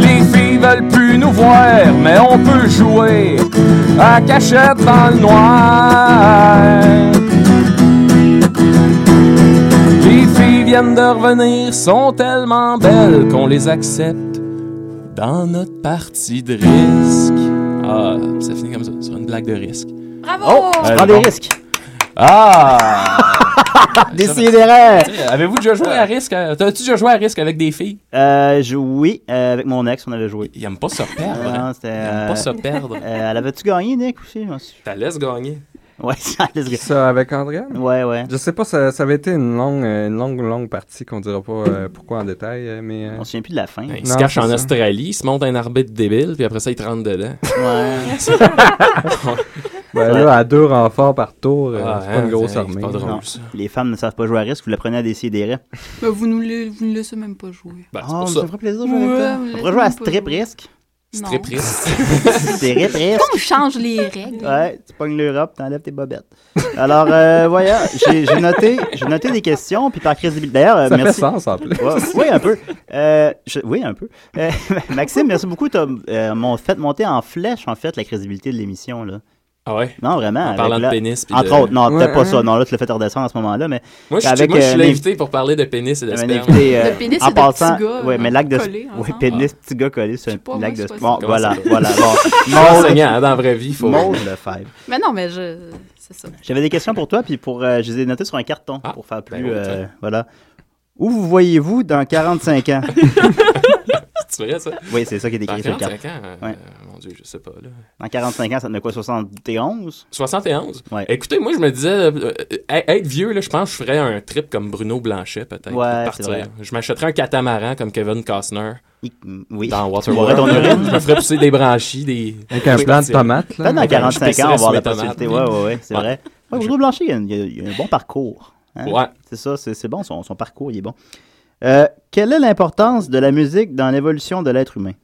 [SPEAKER 15] Les filles veulent plus nous voir, mais on peut jouer à cachette dans le noir. Les filles viennent de revenir, sont tellement belles qu'on les accepte dans notre partie de risque. Ah, ça finit comme ça, sur une blague de risque.
[SPEAKER 11] Bravo!
[SPEAKER 15] Elle est
[SPEAKER 8] Oh! prends des
[SPEAKER 15] bon.
[SPEAKER 8] risques.
[SPEAKER 15] Ah! (laughs)
[SPEAKER 8] Décidérez!
[SPEAKER 15] Tu sais, Avez-vous déjà joué à risque? euh, T'as-tu déjà joué à risque avec des filles?
[SPEAKER 8] Euh, je- oui, euh, avec mon ex, on avait joué.
[SPEAKER 15] Il aime pas se perdre, hein?
[SPEAKER 8] Non, c'était.
[SPEAKER 15] Il aime pas se
[SPEAKER 8] (laughs)
[SPEAKER 15] perdre.
[SPEAKER 8] Euh, elle avait-tu gagné, Nick, aussi?
[SPEAKER 15] Ça laisse gagner.
[SPEAKER 8] Ouais, (laughs) ça laisse gagner.
[SPEAKER 12] Ça, avec André?
[SPEAKER 8] Ouais, ouais.
[SPEAKER 12] Je sais pas, ça, ça avait été une longue, euh, une longue, longue partie qu'on dira pas euh, pourquoi en détail, euh, mais...
[SPEAKER 8] On se souvient plus de la fin.
[SPEAKER 15] Il Ben, se cache en Australie, il se monte un arbitre débile, puis après ça, il te rentre
[SPEAKER 8] (laughs)
[SPEAKER 15] dedans.
[SPEAKER 8] Ouais.
[SPEAKER 12] Ben là, à deux renforts par tour, euh, c'est pas une grosse armée.
[SPEAKER 8] Non. Les femmes ne savent pas jouer à risque, vous l'apprenez à décider.
[SPEAKER 11] Ben, vous nous le- vous ne laissez même pas jouer.
[SPEAKER 15] Ben,
[SPEAKER 8] Ah, ça me ferait plaisir de jouer avec
[SPEAKER 11] Ouais,
[SPEAKER 8] toi.
[SPEAKER 11] vous
[SPEAKER 8] On
[SPEAKER 11] laissez
[SPEAKER 8] pourrait jouer à
[SPEAKER 11] même pas
[SPEAKER 8] strip
[SPEAKER 11] jouer.
[SPEAKER 8] risque.
[SPEAKER 11] Non.
[SPEAKER 15] Strip risque.
[SPEAKER 8] (laughs) strip risque.
[SPEAKER 11] Pourquoi on change les règles?
[SPEAKER 8] Ouais, tu pognes l'Europe, t'enlèves tes bobettes. Alors, euh, voilà, j'ai j'ai noté, j'ai noté des questions, puis par crédibilité. D'ailleurs, euh,
[SPEAKER 12] Ça fait
[SPEAKER 8] merci.
[SPEAKER 12] sens, en
[SPEAKER 8] (laughs)
[SPEAKER 12] plus.
[SPEAKER 8] Ouais, oui, un peu. Euh, je- oui, un peu. Euh, (laughs) Maxime, merci beaucoup. Tu m'as fait monter en flèche, en fait, la crédibilité de l'émission. là.
[SPEAKER 15] Ah ouais?
[SPEAKER 8] Non, vraiment.
[SPEAKER 15] En
[SPEAKER 8] avec
[SPEAKER 15] parlant de
[SPEAKER 8] la-
[SPEAKER 15] pénis, puis
[SPEAKER 8] Entre
[SPEAKER 15] de-
[SPEAKER 8] autres, non,
[SPEAKER 15] Ouais,
[SPEAKER 8] peut-être pas
[SPEAKER 15] hein.
[SPEAKER 8] ça. Non, là, tu l'as fait redescendre à ce moment-là. mais
[SPEAKER 15] Moi, je,
[SPEAKER 8] avec,
[SPEAKER 15] moi, je
[SPEAKER 8] euh,
[SPEAKER 15] suis
[SPEAKER 8] l'invité-
[SPEAKER 15] l'invité pour parler de pénis et de
[SPEAKER 8] un
[SPEAKER 15] sperme.
[SPEAKER 8] invité, euh,
[SPEAKER 11] De pénis
[SPEAKER 8] en
[SPEAKER 11] et de
[SPEAKER 8] passant,
[SPEAKER 11] petits gars,
[SPEAKER 8] ouais, mais
[SPEAKER 11] euh,
[SPEAKER 8] lac de
[SPEAKER 11] collés
[SPEAKER 8] ouais,
[SPEAKER 11] ensemble.
[SPEAKER 15] Ah.
[SPEAKER 8] pénis, petit gars collé sur un
[SPEAKER 11] pas, moi,
[SPEAKER 8] lac de
[SPEAKER 11] c'est pas
[SPEAKER 8] bon,
[SPEAKER 11] ça. (laughs)
[SPEAKER 8] voilà,
[SPEAKER 15] Comment ça
[SPEAKER 8] voilà, bon.
[SPEAKER 15] Je suis enseignant, hein, dans la vraie vie, il faut-
[SPEAKER 8] Maud Lefebvre.
[SPEAKER 11] Mais non, mais je. C'est ça.
[SPEAKER 8] J'avais des questions pour toi puis pour euh, je les ai notées sur un carton pour faire plus
[SPEAKER 15] ben oui,
[SPEAKER 8] euh,
[SPEAKER 15] tiens.
[SPEAKER 8] voilà. Où vous voyez-vous dans
[SPEAKER 15] (laughs)
[SPEAKER 8] 45 ans
[SPEAKER 15] (laughs) C'est vrai, ça?
[SPEAKER 8] Oui, c'est ça qui est écrit
[SPEAKER 15] Dans
[SPEAKER 8] sur le carton.
[SPEAKER 15] 45 ans, euh,
[SPEAKER 8] Ouais.
[SPEAKER 15] Mon Dieu, je sais pas, là.
[SPEAKER 8] Dans 45 ans, ça donne quoi 71
[SPEAKER 15] 71?
[SPEAKER 8] Ouais.
[SPEAKER 15] Écoutez, moi, je me disais, euh, euh, être vieux, là, je pense que je ferais un trip comme Bruno Blanchet, peut-être. pour
[SPEAKER 8] Ouais,
[SPEAKER 15] partir.
[SPEAKER 8] c'est vrai.
[SPEAKER 15] Je m'achèterais un catamaran comme Kevin Costner.
[SPEAKER 8] Oui.
[SPEAKER 15] Dans
[SPEAKER 8] boirais
[SPEAKER 15] Waterworld.
[SPEAKER 8] ton urine.
[SPEAKER 15] (laughs) je me ferais pousser des branchies, des...
[SPEAKER 12] Avec un plan de tomates, là.
[SPEAKER 8] Peut-être dans
[SPEAKER 15] Ouais,
[SPEAKER 8] 45
[SPEAKER 15] je
[SPEAKER 8] ans, on va avoir la
[SPEAKER 15] pisserais sur mes
[SPEAKER 8] possibilité. Ouais,
[SPEAKER 15] tomates.
[SPEAKER 8] ouais, ouais, c'est
[SPEAKER 15] Ouais.
[SPEAKER 8] vrai. Ouais, Bruno Blanchet, il y a un- il y, a- il y a un bon parcours. hein.
[SPEAKER 15] Ouais.
[SPEAKER 8] C'est ça, c'est c'est bon, son, son parcours, il est bon. Euh, quelle est l'importance de la musique dans l'évolution de l'être humain?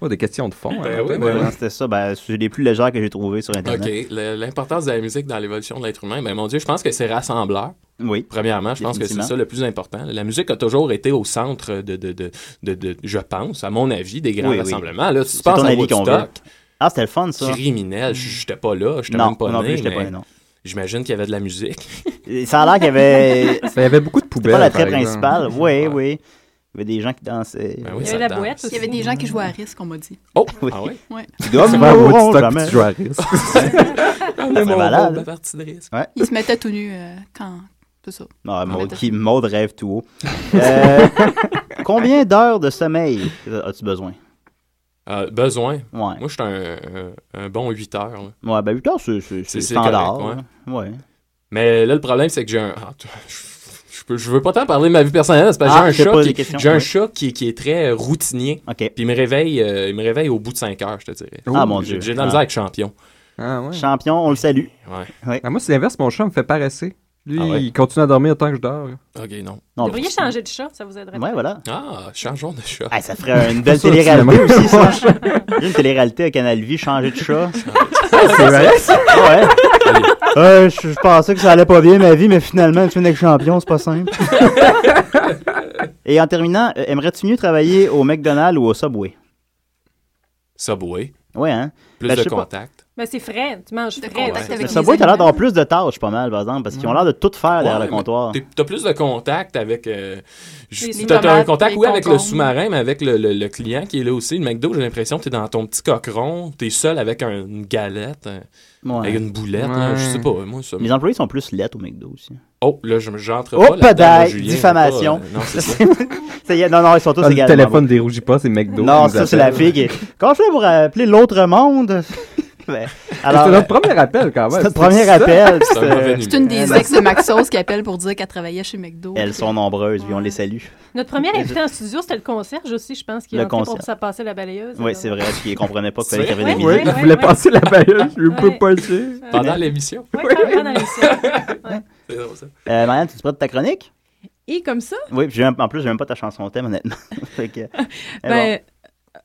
[SPEAKER 12] Oh, des questions de fond.
[SPEAKER 15] Ben
[SPEAKER 12] hein,
[SPEAKER 15] oui,
[SPEAKER 12] Antoine.
[SPEAKER 15] ben oui.
[SPEAKER 8] Non, C'était ça, ben, c'est les plus légères que j'ai trouvées sur Internet.
[SPEAKER 15] OK. Le- L'importance de la musique dans l'évolution de l'être humain, ben mon Dieu, je pense que c'est rassembleur.
[SPEAKER 8] Oui.
[SPEAKER 15] Premièrement, je pense que c'est
[SPEAKER 8] Définitivement.
[SPEAKER 15] ça le plus important. La musique a toujours été au centre de, de, de, de- de- je pense, à mon avis, des grands
[SPEAKER 8] Oui, oui.
[SPEAKER 15] rassemblements. Là, si tu
[SPEAKER 8] C'est
[SPEAKER 15] penses
[SPEAKER 8] ton
[SPEAKER 15] à
[SPEAKER 8] avis qu'on
[SPEAKER 15] Woodstock,
[SPEAKER 8] Ah, c'était le fun, ça.
[SPEAKER 15] criminel, je- j'étais pas là, j'étais
[SPEAKER 8] Non,
[SPEAKER 15] même pas
[SPEAKER 8] non
[SPEAKER 15] né.
[SPEAKER 8] plus, j'étais
[SPEAKER 15] mais
[SPEAKER 8] pas né, non.
[SPEAKER 15] J'imagine qu'il y avait de la musique.
[SPEAKER 8] Et Ça a l'air qu'il y avait.
[SPEAKER 15] (laughs)
[SPEAKER 12] Ben, il y avait beaucoup de
[SPEAKER 8] C'était pas la
[SPEAKER 12] poubelles,
[SPEAKER 8] très
[SPEAKER 12] par exemple.
[SPEAKER 8] principale. Oui, oui. Il y avait des gens qui dansaient.
[SPEAKER 15] Ben
[SPEAKER 8] (laughs)
[SPEAKER 11] oui, Il y avait ça la danse. boîte Il y avait des gens qui jouaient à risque, on m'a dit.
[SPEAKER 8] (laughs) Oh!
[SPEAKER 11] Oui. Ah oui? Ouais.
[SPEAKER 8] Tu
[SPEAKER 11] C'est
[SPEAKER 8] gagnes
[SPEAKER 11] vrai,
[SPEAKER 8] au
[SPEAKER 11] au
[SPEAKER 8] Woodstock,
[SPEAKER 11] Woodstock,
[SPEAKER 8] puis
[SPEAKER 11] mais-
[SPEAKER 8] tu joues à risque.
[SPEAKER 10] Ah, ben,
[SPEAKER 11] On
[SPEAKER 8] Ah, C'est
[SPEAKER 11] est mon
[SPEAKER 8] malade.
[SPEAKER 11] bon, la
[SPEAKER 10] partie de risque.
[SPEAKER 8] Ouais.
[SPEAKER 11] Ils se mettaient tout nus euh, quand. C'est ça.
[SPEAKER 8] Ah,
[SPEAKER 11] Ils se
[SPEAKER 8] Maud,
[SPEAKER 11] mettaient-
[SPEAKER 8] qui, Maud rêve tout haut. Euh, combien d'heures de sommeil as-tu besoin?
[SPEAKER 10] Euh, besoin.
[SPEAKER 8] Moi,
[SPEAKER 10] je suis un, un- un bon 8 heures. là.
[SPEAKER 8] Ouais, ben 8 heures, c'est- c'est c'est
[SPEAKER 10] c'est
[SPEAKER 8] standard.
[SPEAKER 10] correct,
[SPEAKER 8] ouais. Ouais.
[SPEAKER 10] Mais là, le problème, c'est que j'ai un. ah, tu- je, peux- je veux pas tant parler de ma vie personnelle, c'est parce que
[SPEAKER 8] Ah, c'est
[SPEAKER 10] j'ai un
[SPEAKER 8] pas
[SPEAKER 10] chat,
[SPEAKER 8] des
[SPEAKER 10] qui,
[SPEAKER 8] questions,
[SPEAKER 10] j'ai un
[SPEAKER 8] oui.
[SPEAKER 10] chat qui, qui est très euh, routinier. Puis il me, réveille, euh, il me réveille au bout de 5 heures, je te dirais.
[SPEAKER 8] Ah, mon
[SPEAKER 10] J'ai-
[SPEAKER 8] Dieu.
[SPEAKER 10] J'ai de la
[SPEAKER 8] Ah.
[SPEAKER 10] misère avec champion.
[SPEAKER 8] Champion, on le salue.
[SPEAKER 12] Ah, moi, c'est l'inverse, mon chat me fait paresser. Lui,
[SPEAKER 10] Ah ouais.
[SPEAKER 12] il continue à dormir autant que je dors.
[SPEAKER 10] Ok, non.
[SPEAKER 14] Vous devriez changer de chat, ça vous aiderait.
[SPEAKER 8] Ouais, voilà.
[SPEAKER 10] Ah, changeons de chat.
[SPEAKER 8] Ah, ça ferait une belle télé-réalité aussi, ça. une télé-réalité à Canal Vie, changer de chat. c'est vrai, ça? Ouais. Euh, je, je pensais que ça allait pas bien ma vie, mais finalement, tu finis avec champion, c'est pas simple. (laughs) Et en terminant, euh, aimerais-tu mieux travailler au McDonald's ou au Subway?
[SPEAKER 10] Subway.
[SPEAKER 8] Ouais, hein?
[SPEAKER 10] Plus
[SPEAKER 8] Ben, je
[SPEAKER 10] de
[SPEAKER 8] sais pas.
[SPEAKER 10] contact.
[SPEAKER 14] Mais c'est frais, tu manges frais.
[SPEAKER 10] contact
[SPEAKER 14] t'as-
[SPEAKER 10] avec
[SPEAKER 8] Le
[SPEAKER 14] t'as-
[SPEAKER 8] Subway, t'as l'air d'avoir plus de tâches, pas mal, par exemple, parce qu'ils ont l'air de tout faire derrière
[SPEAKER 10] Ouais,
[SPEAKER 8] le
[SPEAKER 10] mais
[SPEAKER 8] comptoir.
[SPEAKER 10] t'es- T'as plus de contact avec. euh, je-
[SPEAKER 8] Les
[SPEAKER 10] t'as t'as un
[SPEAKER 8] tomates,
[SPEAKER 10] contact,
[SPEAKER 8] les
[SPEAKER 10] oui, avec le
[SPEAKER 8] concombres.
[SPEAKER 10] sous-marin, mais avec le, le- le client qui est là aussi. Le McDo, j'ai l'impression que t'es dans ton petit cochon, t'es seul avec un- une galette, euh,
[SPEAKER 8] Ouais.
[SPEAKER 10] avec une boulette, là, je sais pas, moi, ça.
[SPEAKER 8] Les employés sont plus lettres au McDo aussi.
[SPEAKER 10] Oh, là, je j'entre
[SPEAKER 8] Oh,
[SPEAKER 10] pas là-dedans,
[SPEAKER 8] pedaille,
[SPEAKER 10] Julien, j'ai
[SPEAKER 8] diffamation.
[SPEAKER 10] pas, euh, non,
[SPEAKER 8] (laughs)
[SPEAKER 10] c'est ça.
[SPEAKER 8] Ça y est, non, non, ils sont tous
[SPEAKER 12] Ah, le
[SPEAKER 8] également.
[SPEAKER 12] téléphone dérougit pas, c'est McDo. qui
[SPEAKER 8] Non,
[SPEAKER 12] nous
[SPEAKER 8] ça, c'est la
[SPEAKER 12] appelle.
[SPEAKER 8] fille qui est- Quand je vais vous rappeler l'autre monde. (laughs) Ben, alors,
[SPEAKER 12] Ah, c'est Ah notre
[SPEAKER 8] euh,
[SPEAKER 12] premier appel quand même.
[SPEAKER 8] c'est notre premier appel. C'est un mauvais
[SPEAKER 11] C'est une des ex de Maxos qui appelle pour dire qu'elle travaillait chez McDo.
[SPEAKER 8] euh, Elles sont nombreuses, puis on les salue.
[SPEAKER 14] Notre premier invité en studio, c'était le concierge aussi, je pense, qui
[SPEAKER 8] Le
[SPEAKER 14] est rentré pour
[SPEAKER 8] concierge.
[SPEAKER 14] ça passer la balayeuse.
[SPEAKER 8] Oui, c'est vrai, parce qu'ils comprenaient pas que fallait
[SPEAKER 12] C'est
[SPEAKER 8] qu'il y avait des
[SPEAKER 12] vrai?
[SPEAKER 8] musiques.
[SPEAKER 12] Oui, oui, Voulait oui. passer la bailleuse, je peux pas le dire.
[SPEAKER 10] Pendant l'émission.
[SPEAKER 14] Oui, pendant l'émission. Ouais.
[SPEAKER 10] C'est drôle, ça.
[SPEAKER 8] Euh, Marianne, tu es prête de ta chronique?
[SPEAKER 13] Et comme ça?
[SPEAKER 8] Oui, puis j'ai même- en plus, j'ai même pas ta chanson thème, honnêtement. (laughs) Fait que, mais
[SPEAKER 13] Ben,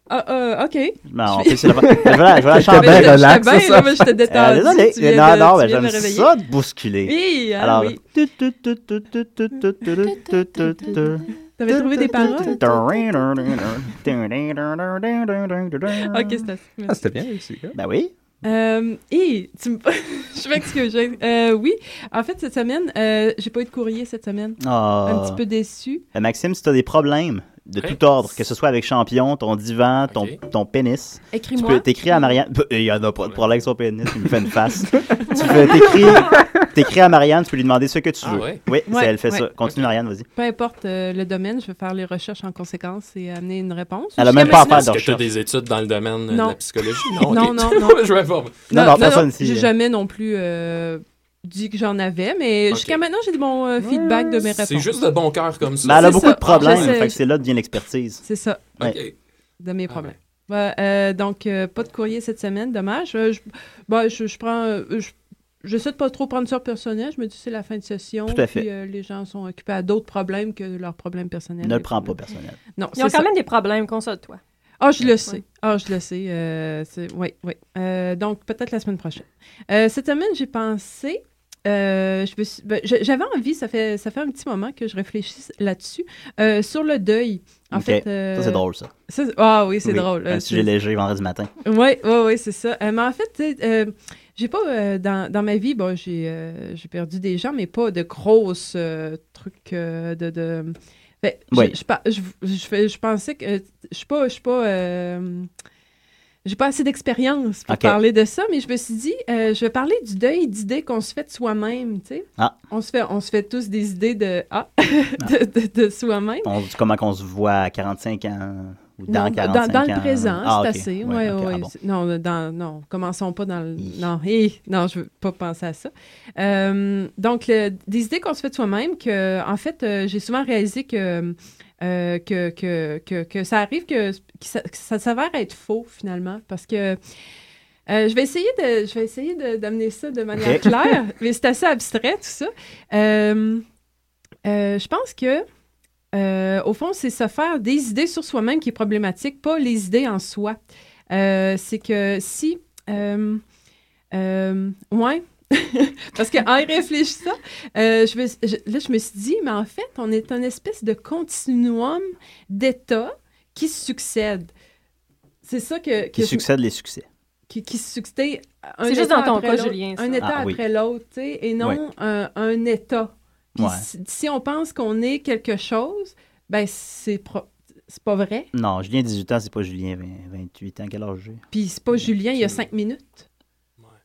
[SPEAKER 13] ah,
[SPEAKER 14] euh,
[SPEAKER 13] ah, OK.
[SPEAKER 8] bon. Non, on fait c'est la- Je vais la- (laughs) je vais la
[SPEAKER 13] J'étais
[SPEAKER 8] chanter.
[SPEAKER 13] bien
[SPEAKER 12] Ben,
[SPEAKER 13] relax, J'étais bien, ça. là, mais j'étais détendue.
[SPEAKER 8] désolé.
[SPEAKER 13] Tu
[SPEAKER 8] non,
[SPEAKER 13] viens de-
[SPEAKER 8] non,
[SPEAKER 13] tu
[SPEAKER 8] mais
[SPEAKER 13] viens de
[SPEAKER 8] j'aime
[SPEAKER 13] me réveiller.
[SPEAKER 8] ça de bousculer.
[SPEAKER 13] Oui, ah
[SPEAKER 8] Alors,
[SPEAKER 13] oui. T'avais trouvé des paroles? OK, c'est assez.
[SPEAKER 12] Ah,
[SPEAKER 13] Merci.
[SPEAKER 12] c'était bien aussi.
[SPEAKER 8] Ben oui.
[SPEAKER 13] Euh, et tu me... je m'excuse. je- euh, oui, en fait cette semaine, euh, j'ai pas eu de courrier cette semaine.
[SPEAKER 8] Ah.
[SPEAKER 13] Un petit peu déçu.
[SPEAKER 8] Euh, Maxime, si tu as des problèmes de
[SPEAKER 13] Hey.
[SPEAKER 8] tout ordre, que ce soit avec champion, ton divan, ton, ton pénis,
[SPEAKER 13] Écris-moi.
[SPEAKER 8] tu peux t'écrire à Marianne. Bah, Il y en a pas de problème avec son pénis, il me fait une
[SPEAKER 13] (laughs)
[SPEAKER 8] face. tu peux t'écrire- t'écrire à Marianne, tu peux lui demander ce que tu
[SPEAKER 13] Ah
[SPEAKER 8] veux.
[SPEAKER 13] ouais?
[SPEAKER 8] Oui,
[SPEAKER 13] Ouais,
[SPEAKER 8] c'est- elle fait
[SPEAKER 13] ouais.
[SPEAKER 8] ça. Continue, Marianne, vas-y.
[SPEAKER 13] Peu importe euh, le domaine, je vais faire les recherches en conséquence et amener une réponse.
[SPEAKER 8] Elle a
[SPEAKER 13] Jusqu'à
[SPEAKER 8] même pas à
[SPEAKER 13] maintenant-
[SPEAKER 8] faire de
[SPEAKER 10] Est-ce que tu as des études dans le domaine euh, de
[SPEAKER 13] Non.
[SPEAKER 10] la psychologie?
[SPEAKER 13] Non,
[SPEAKER 10] ok.
[SPEAKER 13] non, non.
[SPEAKER 10] (laughs) je m'informe.
[SPEAKER 13] Non, non, non,
[SPEAKER 12] hein.
[SPEAKER 13] J'ai jamais non plus euh, dit que j'en avais, mais
[SPEAKER 10] Ok.
[SPEAKER 13] jusqu'à maintenant, j'ai du bon euh, feedback de mes réponses.
[SPEAKER 10] C'est juste de bon cœur comme ça.
[SPEAKER 8] Mais elle a
[SPEAKER 13] C'est
[SPEAKER 8] beaucoup
[SPEAKER 13] ça.
[SPEAKER 8] de problèmes,
[SPEAKER 13] Je sais.
[SPEAKER 8] fait que c'est là que vient l'expertise.
[SPEAKER 13] C'est ça.
[SPEAKER 8] Ouais.
[SPEAKER 13] de mes problèmes. Ouais, euh, donc, euh, pas de courrier cette semaine, dommage. Euh, je, bah, je, je prends. euh, je, J'essaie de pas trop prendre ça personnel. Je me dis c'est la fin de session.
[SPEAKER 8] Tout à fait.
[SPEAKER 13] Puis euh, les gens sont occupés à d'autres problèmes que leurs problèmes personnels.
[SPEAKER 8] Ne le
[SPEAKER 13] Les
[SPEAKER 8] prends
[SPEAKER 13] problèmes.
[SPEAKER 8] pas personnel.
[SPEAKER 13] Non,
[SPEAKER 14] Ils ont
[SPEAKER 13] c'est ça.
[SPEAKER 14] quand même des problèmes, console-toi.
[SPEAKER 13] Ah, je le sais. Ah, je le sais. Euh, c'est- oui, oui. Euh, donc, peut-être la semaine prochaine. Euh, cette semaine, j'ai pensé. euh, je me suis- ben, je- J'avais envie, ça fait, ça fait un petit moment que je réfléchis là-dessus, euh, sur le deuil. En
[SPEAKER 8] Ok.
[SPEAKER 13] fait, euh,
[SPEAKER 8] Ça, c'est drôle, ça.
[SPEAKER 13] c'est- Ah oui, c'est drôle.
[SPEAKER 8] Un
[SPEAKER 13] Euh,
[SPEAKER 8] sujet
[SPEAKER 13] c'est-
[SPEAKER 8] léger vendredi matin.
[SPEAKER 13] oui, oui, oui, c'est ça. Euh, mais en fait, tu sais, euh, j'ai pas euh, dans, dans ma vie, bon, j'ai euh, j'ai perdu des gens, mais pas de grosses euh, trucs euh, de. de... Fait, je-
[SPEAKER 15] Oui.
[SPEAKER 13] je, pa- je, je fais- je pensais que euh, je suis pas, je suis pas, euh, j'ai pas assez d'expérience pour
[SPEAKER 15] Ok.
[SPEAKER 13] parler de ça, mais je me suis dit, euh, je vais parler du deuil d'idées qu'on se fait de soi-même, tu sais.
[SPEAKER 8] Ah.
[SPEAKER 13] On se fait, on se fait tous des idées de ah, de, de- de soi-même.
[SPEAKER 8] On dit comment qu'on se voit à 45 ans ou dans
[SPEAKER 13] Non, ben,
[SPEAKER 8] 45
[SPEAKER 13] dans, dans
[SPEAKER 8] ans.
[SPEAKER 13] le présent,
[SPEAKER 8] Ah,
[SPEAKER 13] c'est
[SPEAKER 8] ok.
[SPEAKER 13] assez.
[SPEAKER 8] Ouais,
[SPEAKER 13] ouais,
[SPEAKER 8] ok,
[SPEAKER 13] ouais,
[SPEAKER 8] ah bon.
[SPEAKER 13] c'est- Non, dans, non, commençons pas dans le. Non, hé, non, je veux pas penser à ça. Euh, donc, le- des idées qu'on se fait de soi-même, que, en fait, euh, j'ai souvent réalisé que, euh, que, que, que, que ça arrive, que, que ça, que ça s'avère être faux, finalement, parce que. euh, je vais essayer de, je vais essayer de- d'amener ça de manière
[SPEAKER 15] Ok.
[SPEAKER 13] claire, mais c'est assez abstrait tout ça. Euh, euh, je pense que, euh, au fond, c'est se faire des idées sur soi-même qui est problématique, pas les idées en soi. Euh, c'est que si. Euh, euh, ouais. (laughs) Parce qu'en y réfléchissant, euh, je me- je- là, je me suis dit, mais en fait, on est un espèce de continuum d'états qui se succèdent. C'est ça que. que
[SPEAKER 8] Qui
[SPEAKER 13] je-
[SPEAKER 8] succède les succès.
[SPEAKER 13] qui, qui se succédait un
[SPEAKER 14] C'est juste
[SPEAKER 13] état
[SPEAKER 14] dans ton
[SPEAKER 13] après
[SPEAKER 14] cas,
[SPEAKER 13] l'autre-
[SPEAKER 14] Julien, ça.
[SPEAKER 13] Un état
[SPEAKER 8] Ah, oui.
[SPEAKER 13] après l'autre, tu sais, et non
[SPEAKER 8] Oui.
[SPEAKER 13] un, un état. Puis
[SPEAKER 8] Ouais.
[SPEAKER 13] si, si on pense qu'on est quelque chose, ben, Ben, c'est pro- c'est pas vrai.
[SPEAKER 8] Non, Julien 18 ans, c'est pas Julien 20 28 ans. Quel âge j'ai?
[SPEAKER 13] Puis c'est pas Julien, il y a cinq minutes.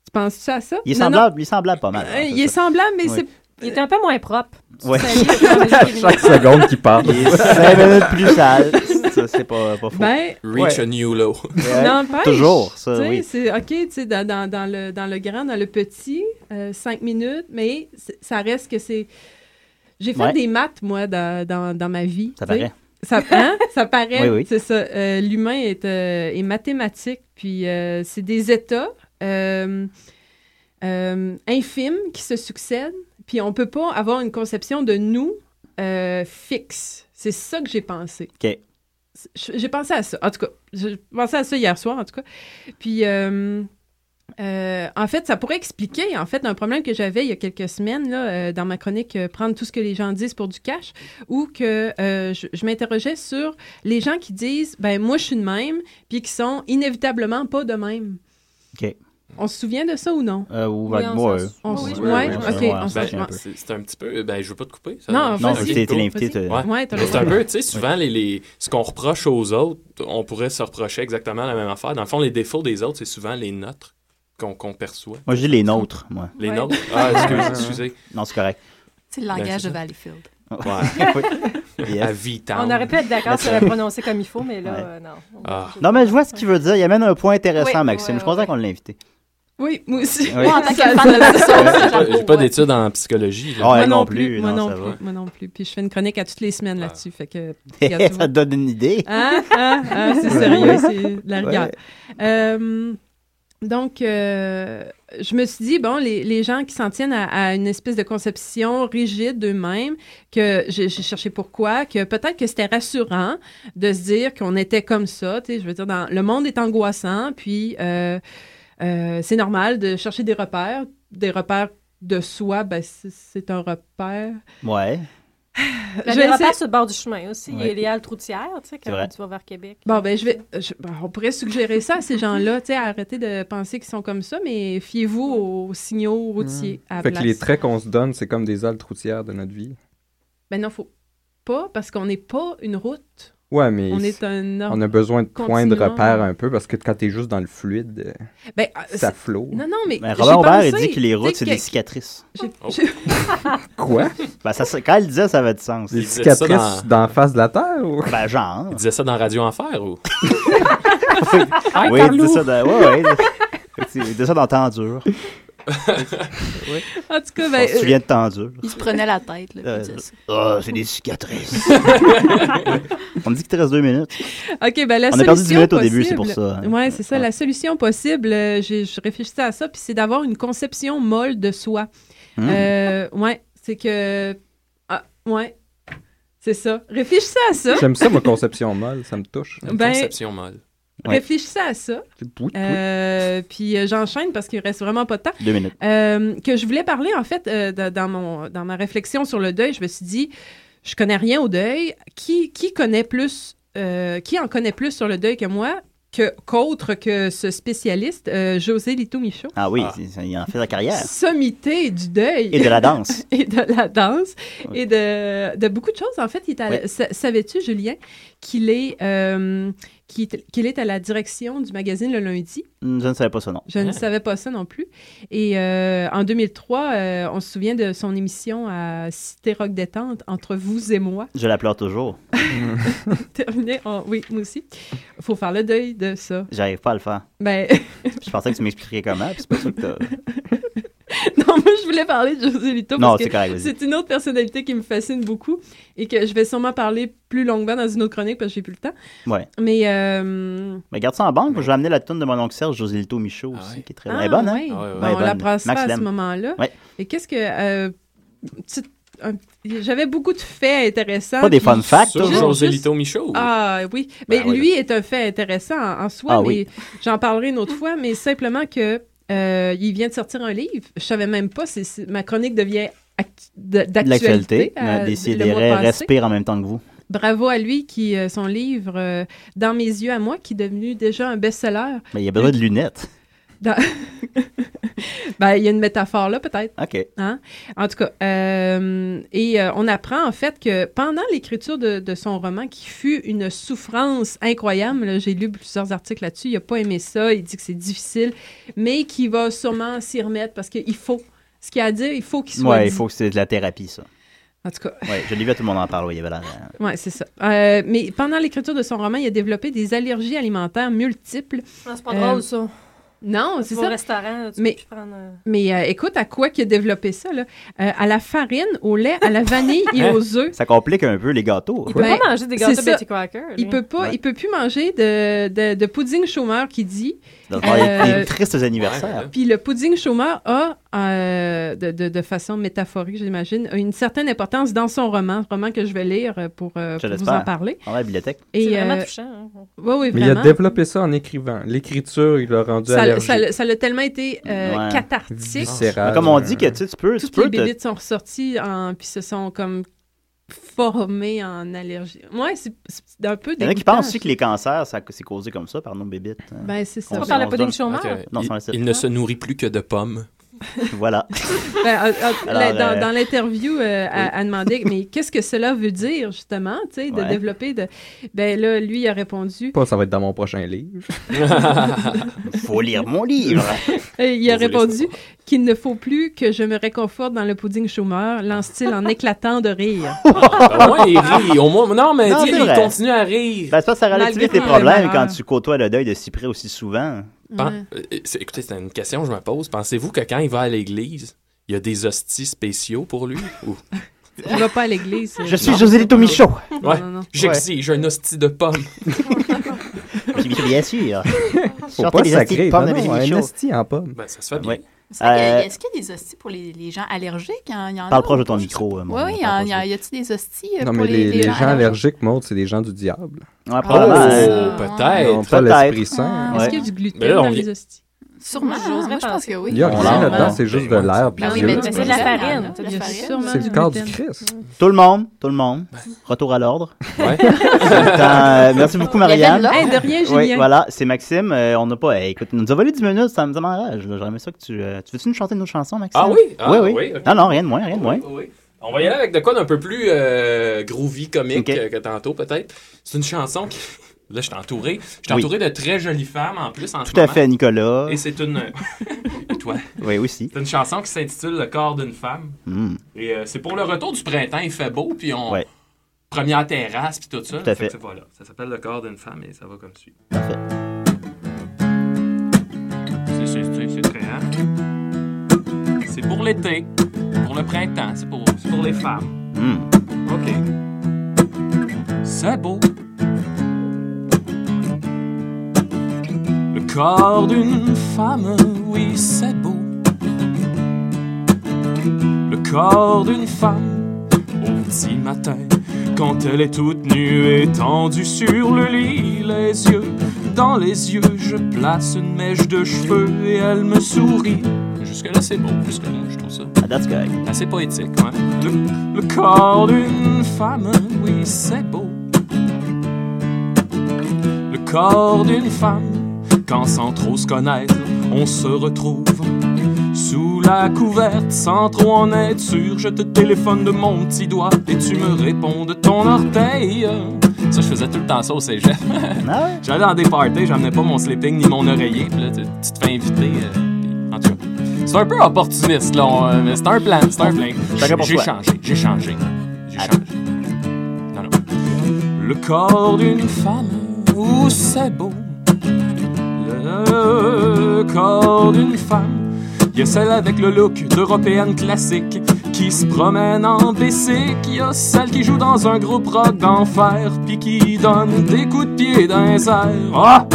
[SPEAKER 13] Tu penses-tu à ça?
[SPEAKER 8] Il est
[SPEAKER 13] Non, non.
[SPEAKER 8] semblable, il est semblable pas mal.
[SPEAKER 13] Euh, il est semblable, mais
[SPEAKER 8] Oui.
[SPEAKER 13] c'est. Il est un peu moins propre.
[SPEAKER 12] (laughs)
[SPEAKER 8] Ouais.
[SPEAKER 12] Chaque seconde qui passe.
[SPEAKER 8] (laughs) Il est cinq minutes plus sale.
[SPEAKER 13] (laughs)
[SPEAKER 8] Ça, c'est pas, pas faux.
[SPEAKER 13] Ben,
[SPEAKER 10] Reach
[SPEAKER 8] Ouais.
[SPEAKER 10] a new low.
[SPEAKER 13] N'empêche,
[SPEAKER 8] Toujours, ça,
[SPEAKER 13] tu sais,
[SPEAKER 8] oui.
[SPEAKER 13] C'est OK, tu sais, dans, dans- dans le, dans le grand, dans le petit, euh, cinq minutes, mais c'est- ça reste que c'est. J'ai fait
[SPEAKER 8] Ouais.
[SPEAKER 13] des maths, moi, dans, dans- dans ma vie.
[SPEAKER 8] Ça
[SPEAKER 13] tu sais.
[SPEAKER 8] paraît.
[SPEAKER 13] Ça, hein? Ça paraît,
[SPEAKER 8] Oui, oui.
[SPEAKER 13] c'est ça. Euh, L'humain est, euh, est mathématique, puis euh, c'est des états euh, euh, infimes qui se succèdent, puis on peut pas avoir une conception de nous euh, fixe. C'est ça que j'ai pensé.
[SPEAKER 8] OK.
[SPEAKER 13] Je- J'ai pensé à ça, en tout cas. J'ai pensé à ça hier soir, en tout cas. Puis, euh, euh, en fait, ça pourrait expliquer, en fait, un problème que j'avais il y a quelques semaines, là, euh, dans ma chronique euh, Prendre tout ce que les gens disent pour du cash », où que euh, je, je m'interrogeais sur les gens qui disent « Ben, moi, je suis de même », puis qui sont inévitablement pas de même.
[SPEAKER 8] OK.
[SPEAKER 13] On se souvient de ça ou non?
[SPEAKER 8] Euh, ou,
[SPEAKER 13] Oui,
[SPEAKER 8] ben,
[SPEAKER 13] on
[SPEAKER 8] moi,
[SPEAKER 13] s'en
[SPEAKER 8] euh,
[SPEAKER 13] sou- on s'en-
[SPEAKER 8] ouais,
[SPEAKER 13] ouais,
[SPEAKER 8] ouais,
[SPEAKER 13] ok,
[SPEAKER 8] ouais,
[SPEAKER 13] on s'en-
[SPEAKER 8] ben,
[SPEAKER 10] Ben,
[SPEAKER 13] ouais.
[SPEAKER 10] c'est c'est un petit peu. Ben, je veux pas te couper. Ça,
[SPEAKER 13] Non,
[SPEAKER 8] Non,
[SPEAKER 10] vas-y,
[SPEAKER 8] t'es- t'es
[SPEAKER 10] go.
[SPEAKER 8] l'invité, t'as-
[SPEAKER 10] Ouais.
[SPEAKER 13] Ouais, t'as
[SPEAKER 10] Mais
[SPEAKER 13] le
[SPEAKER 10] c'est un
[SPEAKER 13] droit.
[SPEAKER 10] peu, tu sais, souvent, les, les- ce qu'on reproche aux autres, on pourrait se reprocher exactement la même affaire. Dans le fond, les défauts des autres, c'est souvent les nôtres qu'on qu'on perçoit.
[SPEAKER 8] Moi, je dis les nôtres, moi.
[SPEAKER 10] Les nôtres? Ah, excuse- excusez.
[SPEAKER 8] Non, c'est correct.
[SPEAKER 11] C'est le
[SPEAKER 10] Ben,
[SPEAKER 11] langage
[SPEAKER 10] c'est
[SPEAKER 11] de
[SPEAKER 10] ça.
[SPEAKER 11] Valleyfield.
[SPEAKER 8] Ouais. Yes.
[SPEAKER 10] À Vitam.
[SPEAKER 14] On aurait pu être d'accord si on l'avait prononcé comme il faut, mais là,
[SPEAKER 8] Ah, Ouais.
[SPEAKER 14] euh, non.
[SPEAKER 10] Ah.
[SPEAKER 8] Non, mais je vois ce qu'il veut dire. Il amène un point intéressant,
[SPEAKER 14] Oui,
[SPEAKER 8] Maxime.
[SPEAKER 14] ouais,
[SPEAKER 8] je pensais qu'on l'a invité.
[SPEAKER 13] Oui, moi aussi.
[SPEAKER 8] Oui.
[SPEAKER 13] Moi,
[SPEAKER 14] Ah,
[SPEAKER 13] en tant que
[SPEAKER 11] Ça-
[SPEAKER 13] fan de la
[SPEAKER 10] J'ai pas- J'ai pas d'études en psychologie. là.
[SPEAKER 8] Ah,
[SPEAKER 13] moi
[SPEAKER 8] elle
[SPEAKER 13] non
[SPEAKER 8] non
[SPEAKER 13] plus,
[SPEAKER 8] plus,
[SPEAKER 13] moi
[SPEAKER 8] non,
[SPEAKER 13] non,
[SPEAKER 8] ça
[SPEAKER 13] plus,
[SPEAKER 8] va.
[SPEAKER 13] moi non plus. Puis je fais une chronique à toutes les semaines là-dessus, fait que regarde, tu vois.
[SPEAKER 8] (laughs) ça te donne une idée.
[SPEAKER 13] Hein? Hein?
[SPEAKER 8] (laughs)
[SPEAKER 13] Hein? c'est sérieux, c'est de la rigueur. Euh, donc, euh, je me suis dit, bon, les, les gens qui s'en tiennent à, à une espèce de conception rigide d'eux-mêmes, que j'ai j'ai cherché pourquoi, que peut-être que c'était (laughs) rassurant de se dire qu'on était comme ça. Tu sais, je veux dire, dans, le monde est angoissant, puis euh, euh, c'est normal de chercher des repères. Des repères de soi, ben, c'est- c'est un repère.
[SPEAKER 8] Ouais.
[SPEAKER 13] Je
[SPEAKER 14] Mais des
[SPEAKER 13] vais
[SPEAKER 14] repères
[SPEAKER 13] essayer-
[SPEAKER 14] sur le bord du chemin aussi. Il y
[SPEAKER 8] Ouais.
[SPEAKER 14] a les haltes routières, tu sais,
[SPEAKER 8] C'est vrai.
[SPEAKER 14] quand tu vas vers Québec.
[SPEAKER 13] Bon, ben, je vais. je- ben, on pourrait suggérer ça à ces gens-là, tu sais, arrêtez de penser qu'ils sont comme ça, mais fiez-vous aux signaux routiers à la
[SPEAKER 12] Fait que
[SPEAKER 13] place.
[SPEAKER 12] les traits qu'on se donne, c'est comme des ailes routières de notre vie.
[SPEAKER 13] Ben, non, faut pas, parce qu'on n'est pas une route.
[SPEAKER 12] Ouais, mais
[SPEAKER 13] On
[SPEAKER 12] c-
[SPEAKER 13] est un ordre
[SPEAKER 12] on a besoin de points de
[SPEAKER 13] continuant.
[SPEAKER 12] repère un peu parce que quand t'es juste dans le fluide, euh,
[SPEAKER 13] Ben, ah,
[SPEAKER 12] ça
[SPEAKER 13] c'est-
[SPEAKER 12] flotte.
[SPEAKER 13] Non, non, mais.
[SPEAKER 8] Ben,
[SPEAKER 13] j'ai
[SPEAKER 8] Robert Aubert,
[SPEAKER 13] pensé,
[SPEAKER 8] il dit que les routes,
[SPEAKER 13] tu sais,
[SPEAKER 8] c'est
[SPEAKER 13] que-
[SPEAKER 8] des cicatrices.
[SPEAKER 13] j'ai-
[SPEAKER 10] Oh.
[SPEAKER 13] j'ai-
[SPEAKER 12] Quoi?
[SPEAKER 8] Ben, ça, ça- quand il disait, ça avait du sens.
[SPEAKER 12] Des
[SPEAKER 10] disait ça
[SPEAKER 12] cicatrices
[SPEAKER 10] dans-
[SPEAKER 12] d'en face de la terre ou?
[SPEAKER 8] Ben, genre.
[SPEAKER 10] Il disait ça dans Radio Enfer ou?
[SPEAKER 8] oui, il dit ça dans. Ouais, ouais. Il disait ça dans Tendure.
[SPEAKER 13] (laughs) En tout cas,
[SPEAKER 8] On
[SPEAKER 13] ben.
[SPEAKER 8] se souvient de Tendure.
[SPEAKER 11] Il se prenait la tête, là.
[SPEAKER 8] Euh,
[SPEAKER 11] puis il disait ça.
[SPEAKER 8] Ah, c'est des
[SPEAKER 13] (laughs)
[SPEAKER 8] cicatrices. On me dit qu'il te reste deux minutes.
[SPEAKER 13] OK, ben la
[SPEAKER 8] On a perdu
[SPEAKER 13] solution
[SPEAKER 8] dix minutes au
[SPEAKER 13] possible,
[SPEAKER 8] début, c'est pour ça, hein.
[SPEAKER 13] Ouais, c'est ça. La solution possible, euh, j'ai- je réfléchissais à ça, puis c'est d'avoir une conception molle de soi.
[SPEAKER 8] Hmm.
[SPEAKER 13] Euh, ouais, c'est que... Ah, ouais, c'est ça. Réfléchissez à ça.
[SPEAKER 12] J'aime ça, ma conception molle, ça me touche.
[SPEAKER 10] Une
[SPEAKER 13] Ben-
[SPEAKER 10] conception molle.
[SPEAKER 8] Ouais.
[SPEAKER 13] Réfléchissez à ça.
[SPEAKER 12] Oui,
[SPEAKER 8] Hmm?
[SPEAKER 12] oui.
[SPEAKER 13] Euh, puis euh, j'enchaîne parce qu'il reste vraiment pas de temps.
[SPEAKER 8] Deux minutes.
[SPEAKER 13] Euh, que je voulais parler, en fait, euh, dans, dans mon, dans ma réflexion sur le deuil, je me suis dit, je connais rien au deuil. Qui, qui connaît plus, euh, qui en connaît plus sur le deuil que moi, que- qu'autre que ce spécialiste, euh, José Lito Michaud?
[SPEAKER 8] Ah oui,
[SPEAKER 10] Ah.
[SPEAKER 8] c'est- ça- il en fait sa carrière.
[SPEAKER 13] Sommité du deuil.
[SPEAKER 8] Et de la danse.
[SPEAKER 13] et de la danse
[SPEAKER 8] Ouais.
[SPEAKER 13] et de, Euh, de beaucoup de choses. En fait, il est à la- sa- savais-tu, Julien, qu'il est, euh, qu'il est- qu'il est à la direction du magazine Le Lundi?
[SPEAKER 8] Hum, Je ne savais pas ça, non.
[SPEAKER 13] Je ne
[SPEAKER 10] Ah.
[SPEAKER 13] savais pas ça non plus. Et euh, en 2003, euh, on se souvient de son émission à Cité Rock Détente, Entre vous et moi. (laughs)
[SPEAKER 8] Je la pleure toujours.
[SPEAKER 13] Terminée en... Oui, moi aussi. faut faire le deuil de ça.
[SPEAKER 8] J'arrive pas à le faire.
[SPEAKER 13] Ben, (laughs)
[SPEAKER 8] Je pensais que tu m'expliquerais comment, puis c'est pas ça que t'as.
[SPEAKER 13] non, moi, je voulais parler de José Lito
[SPEAKER 8] Non,
[SPEAKER 13] parce que
[SPEAKER 8] c'est correct, vas-y.
[SPEAKER 13] C'est une autre personnalité qui me fascine beaucoup et que je vais sûrement parler plus longuement dans une autre chronique parce que j'ai plus le temps.
[SPEAKER 8] Ouais.
[SPEAKER 13] Mais euh,
[SPEAKER 8] Mais garde ça en banque. Je vais amener la toune de mon oncle Serge, José Lito Michaud
[SPEAKER 10] Ah
[SPEAKER 8] aussi,
[SPEAKER 10] ouais.
[SPEAKER 8] qui est très bonne.
[SPEAKER 13] ah,
[SPEAKER 8] Elle est bonne, hein?
[SPEAKER 13] ouais.
[SPEAKER 10] Ah ouais, ouais.
[SPEAKER 13] Bon,
[SPEAKER 8] Ouais,
[SPEAKER 13] on
[SPEAKER 8] bonne.
[SPEAKER 13] l'apprend ça
[SPEAKER 8] Max
[SPEAKER 13] à ce
[SPEAKER 8] l'aime.
[SPEAKER 13] moment-là.
[SPEAKER 8] Ouais.
[SPEAKER 13] Et qu'est-ce que euh, petite- un- j'avais beaucoup de faits intéressants.
[SPEAKER 8] Pas des
[SPEAKER 13] Ah,
[SPEAKER 8] fun
[SPEAKER 13] puis-
[SPEAKER 8] facts,
[SPEAKER 10] Sur
[SPEAKER 8] toujours.
[SPEAKER 10] José
[SPEAKER 13] juste-
[SPEAKER 10] Lito Michaud. ou-
[SPEAKER 13] Ah oui, mais
[SPEAKER 10] Ben ouais,
[SPEAKER 13] lui est un fait intéressant en, en soi,
[SPEAKER 8] Ah
[SPEAKER 13] mais
[SPEAKER 8] oui.
[SPEAKER 13] j'en parlerai une autre fois, mais simplement que euh, il vient de sortir un livre. Je savais même pas, c'est- c'est- ma chronique devient act- de-
[SPEAKER 8] De l'actualité.
[SPEAKER 13] d'actualité. euh,
[SPEAKER 8] D'essayer
[SPEAKER 13] le
[SPEAKER 8] des
[SPEAKER 13] mois
[SPEAKER 8] raies
[SPEAKER 13] passé.
[SPEAKER 8] respire en même temps que vous.
[SPEAKER 13] Bravo à lui qui euh, son livre euh, Dans mes yeux à moi qui est devenu déjà un best-seller.
[SPEAKER 8] Mais il y a besoin de lunettes.
[SPEAKER 13] Dans- ben, il y a une métaphore là, peut-être.
[SPEAKER 8] OK.
[SPEAKER 13] Hein? En tout cas, euh, et euh, on apprend en fait que pendant l'écriture de, de son roman, qui fut une souffrance incroyable, là, j'ai lu plusieurs articles là-dessus, il n'a pas aimé ça, il dit que c'est difficile, mais qu'il va sûrement s'y remettre parce qu'il faut. Ce qu'il a à dire, il faut qu'il soit.
[SPEAKER 8] Ouais, il
[SPEAKER 13] dit.
[SPEAKER 8] faut que c'est de la thérapie, ça.
[SPEAKER 13] En tout cas.
[SPEAKER 8] Ouais, je l'ai vu, tout le monde en parle. ouais, il y avait la...
[SPEAKER 13] Oui, c'est ça. Euh, mais pendant l'écriture de son roman, il a développé des allergies alimentaires multiples.
[SPEAKER 14] Non, Ah, c'est pas drôle, ça.
[SPEAKER 13] euh, Non, c'est
[SPEAKER 14] vas
[SPEAKER 13] ça.
[SPEAKER 14] au restaurant, tu
[SPEAKER 13] mais,
[SPEAKER 14] peux plus prendre, euh,
[SPEAKER 13] Mais euh, écoute, à quoi qu'il a développé ça? Là? Euh, à la farine, au lait, à la vanille et
[SPEAKER 8] Hein?
[SPEAKER 13] aux œufs.
[SPEAKER 8] Ça complique un peu les gâteaux. hein.
[SPEAKER 13] Il peut
[SPEAKER 14] pas manger des gâteaux Betty Crocker,
[SPEAKER 13] Cracker.
[SPEAKER 14] lui.
[SPEAKER 13] Il peut pas,
[SPEAKER 14] Ouais.
[SPEAKER 13] il peut plus manger de, de, de pudding chômeur qui dit.
[SPEAKER 8] Donc, il y a des
[SPEAKER 13] euh,
[SPEAKER 8] tristes anniversaires.
[SPEAKER 13] Puis le pudding chômeur a, euh, de, de- de façon métaphorique, j'imagine, une certaine importance dans son roman, roman que je vais lire euh, pour, euh,
[SPEAKER 8] Je
[SPEAKER 13] pour vous
[SPEAKER 8] l'espère.
[SPEAKER 13] en parler.
[SPEAKER 8] Dans la bibliothèque.
[SPEAKER 14] C'est vraiment
[SPEAKER 13] euh,
[SPEAKER 14] touchant, hein.
[SPEAKER 13] ouais, oui,
[SPEAKER 12] Mais il a
[SPEAKER 13] vraiment.
[SPEAKER 12] développé ça en écrivant. L'écriture, il l'a rendu
[SPEAKER 13] Ça l'a-
[SPEAKER 12] allergique.
[SPEAKER 13] ça l'a ça l'a tellement été euh,
[SPEAKER 8] Ouais.
[SPEAKER 13] cathartique.
[SPEAKER 10] Ah,
[SPEAKER 12] Viscéral.
[SPEAKER 8] Comme on dit que tu, sais, tu peux... tu
[SPEAKER 13] Toutes
[SPEAKER 8] peux
[SPEAKER 13] les
[SPEAKER 8] te-
[SPEAKER 13] bébites sont ressorties en- puis se sont comme formées en allergie. Ouais, c'est c'est un peu
[SPEAKER 8] Il y en a qui
[SPEAKER 13] dégoûtant,
[SPEAKER 8] pensent aussi que les cancers, ça- c'est causé comme ça par nos bébites.
[SPEAKER 12] (laughs)
[SPEAKER 8] hein.
[SPEAKER 13] Ben, c'est ça.
[SPEAKER 8] Qu'on
[SPEAKER 13] Pas
[SPEAKER 8] se-
[SPEAKER 13] par le
[SPEAKER 8] on se
[SPEAKER 13] pudding
[SPEAKER 8] donne-
[SPEAKER 13] chômeur? Ok.
[SPEAKER 8] Non,
[SPEAKER 15] il,
[SPEAKER 8] sans le-
[SPEAKER 15] il ne se nourrit plus que de pommes.
[SPEAKER 8] Voilà.
[SPEAKER 13] Ben, euh, euh,
[SPEAKER 15] Alors,
[SPEAKER 13] la- dans,
[SPEAKER 15] euh,
[SPEAKER 13] dans l'interview, euh, à, à demander, mais qu'est-ce que cela veut dire, justement, tu sais, de
[SPEAKER 12] Ouais.
[SPEAKER 13] développer de... Ben là, lui, il a répondu...
[SPEAKER 12] Pas, ça va être dans mon prochain livre.
[SPEAKER 8] Faut lire mon livre. Ben,
[SPEAKER 13] Euh, Il a
[SPEAKER 12] Désolé,
[SPEAKER 13] répondu qu'il ne faut plus que je me réconforte dans le pudding chômeur, lance-t-il en éclatant de rire.
[SPEAKER 15] Ben ouais, il rit. Au moins, non, mais
[SPEAKER 8] Ah. Non,
[SPEAKER 15] tu
[SPEAKER 8] c'est
[SPEAKER 15] sais, il
[SPEAKER 8] vrai.
[SPEAKER 15] continue à rire.
[SPEAKER 8] Ben, c'est parce que ça relativise
[SPEAKER 15] Malgré
[SPEAKER 8] tes
[SPEAKER 15] tout,
[SPEAKER 8] problèmes
[SPEAKER 15] malheur.
[SPEAKER 8] quand tu côtoies le deuil de si près aussi souvent.
[SPEAKER 13] Ben,
[SPEAKER 8] Ben.
[SPEAKER 15] Pen- euh, c'est- Écoutez, c'est une question que je me pose. Pensez-vous que quand il va à l'église, il y a des hosties spéciaux pour lui? Ou...
[SPEAKER 13] Il va pas à l'église. euh.
[SPEAKER 8] Je suis José Lito Michaud.
[SPEAKER 15] Ouais.
[SPEAKER 13] (laughs) Non, non, non.
[SPEAKER 15] J'exige un hostie de pomme.
[SPEAKER 8] Bien sûr.
[SPEAKER 12] Faut pas
[SPEAKER 8] les hosties
[SPEAKER 12] sacrer.
[SPEAKER 8] de pommes
[SPEAKER 12] Non,
[SPEAKER 8] de
[SPEAKER 12] non,
[SPEAKER 8] Bélichaud.
[SPEAKER 12] un esti en pomme.
[SPEAKER 15] Ben, ça se fait
[SPEAKER 8] bien. Ouais.
[SPEAKER 11] C'est vrai qu'il y a-
[SPEAKER 8] Euh,
[SPEAKER 11] Est-ce qu'il y a des hosties pour les, les gens allergiques? Hein?
[SPEAKER 5] Ah
[SPEAKER 11] Il y en
[SPEAKER 8] Parle
[SPEAKER 11] a,
[SPEAKER 8] proche
[SPEAKER 11] ou
[SPEAKER 8] de ton
[SPEAKER 11] pas?
[SPEAKER 8] micro. euh, mon-
[SPEAKER 11] Oui, oui, il y, en- il y en- y a-t-il des hosties euh,
[SPEAKER 12] Non,
[SPEAKER 11] pour
[SPEAKER 12] mais les, les gens
[SPEAKER 11] allergiques?
[SPEAKER 12] allergiques, Maud, c'est des gens du diable.
[SPEAKER 8] Ouais, probablement,
[SPEAKER 15] euh,
[SPEAKER 8] hein.
[SPEAKER 12] Ils n'ont
[SPEAKER 15] Ah, oh, peut-être.
[SPEAKER 12] pas l'Esprit Saint.
[SPEAKER 13] Est-ce qu'il y a du gluten
[SPEAKER 15] Mais là, on
[SPEAKER 13] dans
[SPEAKER 15] vient-
[SPEAKER 13] les hosties?
[SPEAKER 11] Sûrement, moi
[SPEAKER 8] Ah,
[SPEAKER 11] je pense que oui.
[SPEAKER 12] Il n'y a
[SPEAKER 8] On
[SPEAKER 12] rien
[SPEAKER 8] l'a-
[SPEAKER 12] là-dedans,
[SPEAKER 8] on-
[SPEAKER 12] c'est juste de l'air.
[SPEAKER 11] Ben oui,
[SPEAKER 12] puis
[SPEAKER 11] mais
[SPEAKER 12] Dieu.
[SPEAKER 11] c'est
[SPEAKER 14] C'est de la
[SPEAKER 11] Il y en a,
[SPEAKER 14] farine.
[SPEAKER 11] là,
[SPEAKER 14] t'as
[SPEAKER 11] de
[SPEAKER 14] de
[SPEAKER 11] la
[SPEAKER 14] la
[SPEAKER 11] farine.
[SPEAKER 14] sûrement
[SPEAKER 12] C'est
[SPEAKER 14] du
[SPEAKER 12] le corps du
[SPEAKER 14] gluten.
[SPEAKER 12] Christ.
[SPEAKER 8] Tout le monde, tout le monde. Retour à l'ordre.
[SPEAKER 13] (laughs)
[SPEAKER 15] Ouais.
[SPEAKER 8] Euh, merci beaucoup,
[SPEAKER 13] Il y avait
[SPEAKER 8] Marianne.
[SPEAKER 13] de l'ordre. Hey, de rien,
[SPEAKER 8] Oui,
[SPEAKER 13] Julien.
[SPEAKER 8] voilà, c'est Maxime. Euh, on n'a pas. eh, écoute, il nous a volé 10 minutes, ça me ça m'enrage. là. J'aimerais ça que tu. euh, tu veux-tu nous chanter une autre chanson, Maxime?
[SPEAKER 15] Ah oui? Ah,
[SPEAKER 8] oui, oui.
[SPEAKER 15] oui, ok.
[SPEAKER 8] Non, non, rien de moins, rien de moins.
[SPEAKER 15] On va y aller avec de quoi d'un peu plus euh, groovy, comique
[SPEAKER 8] Ok.
[SPEAKER 15] euh, que tantôt, peut-être. C'est une chanson qui... (laughs) Là, je suis entouré. Je suis
[SPEAKER 8] Oui.
[SPEAKER 15] entouré de très jolies femmes, en plus, en ce
[SPEAKER 8] Tout à
[SPEAKER 15] moment.
[SPEAKER 8] fait, Nicolas.
[SPEAKER 15] Et c'est une... euh, (laughs) Et toi?
[SPEAKER 8] Oui, aussi.
[SPEAKER 15] C'est une chanson qui s'intitule Le corps d'une femme.
[SPEAKER 8] Hmm.
[SPEAKER 15] Et euh, c'est pour le retour du printemps, il fait beau, puis on.
[SPEAKER 8] Ouais.
[SPEAKER 15] Première terrasse, puis tout ça.
[SPEAKER 8] Tout à fait.
[SPEAKER 15] que voilà, ça s'appelle Le corps d'une femme et ça va comme suit.
[SPEAKER 8] Parfait.
[SPEAKER 15] C'est- C'est c'est- c'est très hein? C'est pour l'été, pour le printemps, c'est pour, c'est pour les femmes.
[SPEAKER 8] Hmm.
[SPEAKER 15] OK. C'est beau. Le corps d'une femme, oui, c'est beau. Le corps d'une femme, au petit matin, quand elle est toute nue étendue sur le lit, les yeux dans les yeux, je place une mèche de cheveux et elle me sourit. Jusque-là, c'est beau, jusque-là, je trouve ça.
[SPEAKER 8] Ah, that's correct.
[SPEAKER 15] Assez poétique, ouais. Le, le corps d'une femme, oui, c'est beau. Le corps d'une femme, quand sans trop se connaître, on se retrouve sous la couverte, sans trop en être sûr. Je te téléphone de mon petit doigt et tu me réponds de ton orteil. Ça, je faisais tout le temps ça au cégep. J'allais dans des parties, j'amenais pas mon sleeping ni mon oreiller. Puis là, tu, tu te fais inviter. euh, puis- en tout cas, c'est un peu opportuniste, là. on- euh, mais c'est un plan, c'est un plan.
[SPEAKER 9] Chacun pour
[SPEAKER 15] J'ai
[SPEAKER 9] soi.
[SPEAKER 15] changé, j'ai changé. J'ai changé. Non, non. Le corps d'une femme, où c'est beau. Le corps d'une femme. Il y a celle avec le look d'européenne classique qui se promène en bicycle. Il y a celle qui joue dans un groupe rock d'enfer puis qui donne des coups de pied dans les airs. Ah!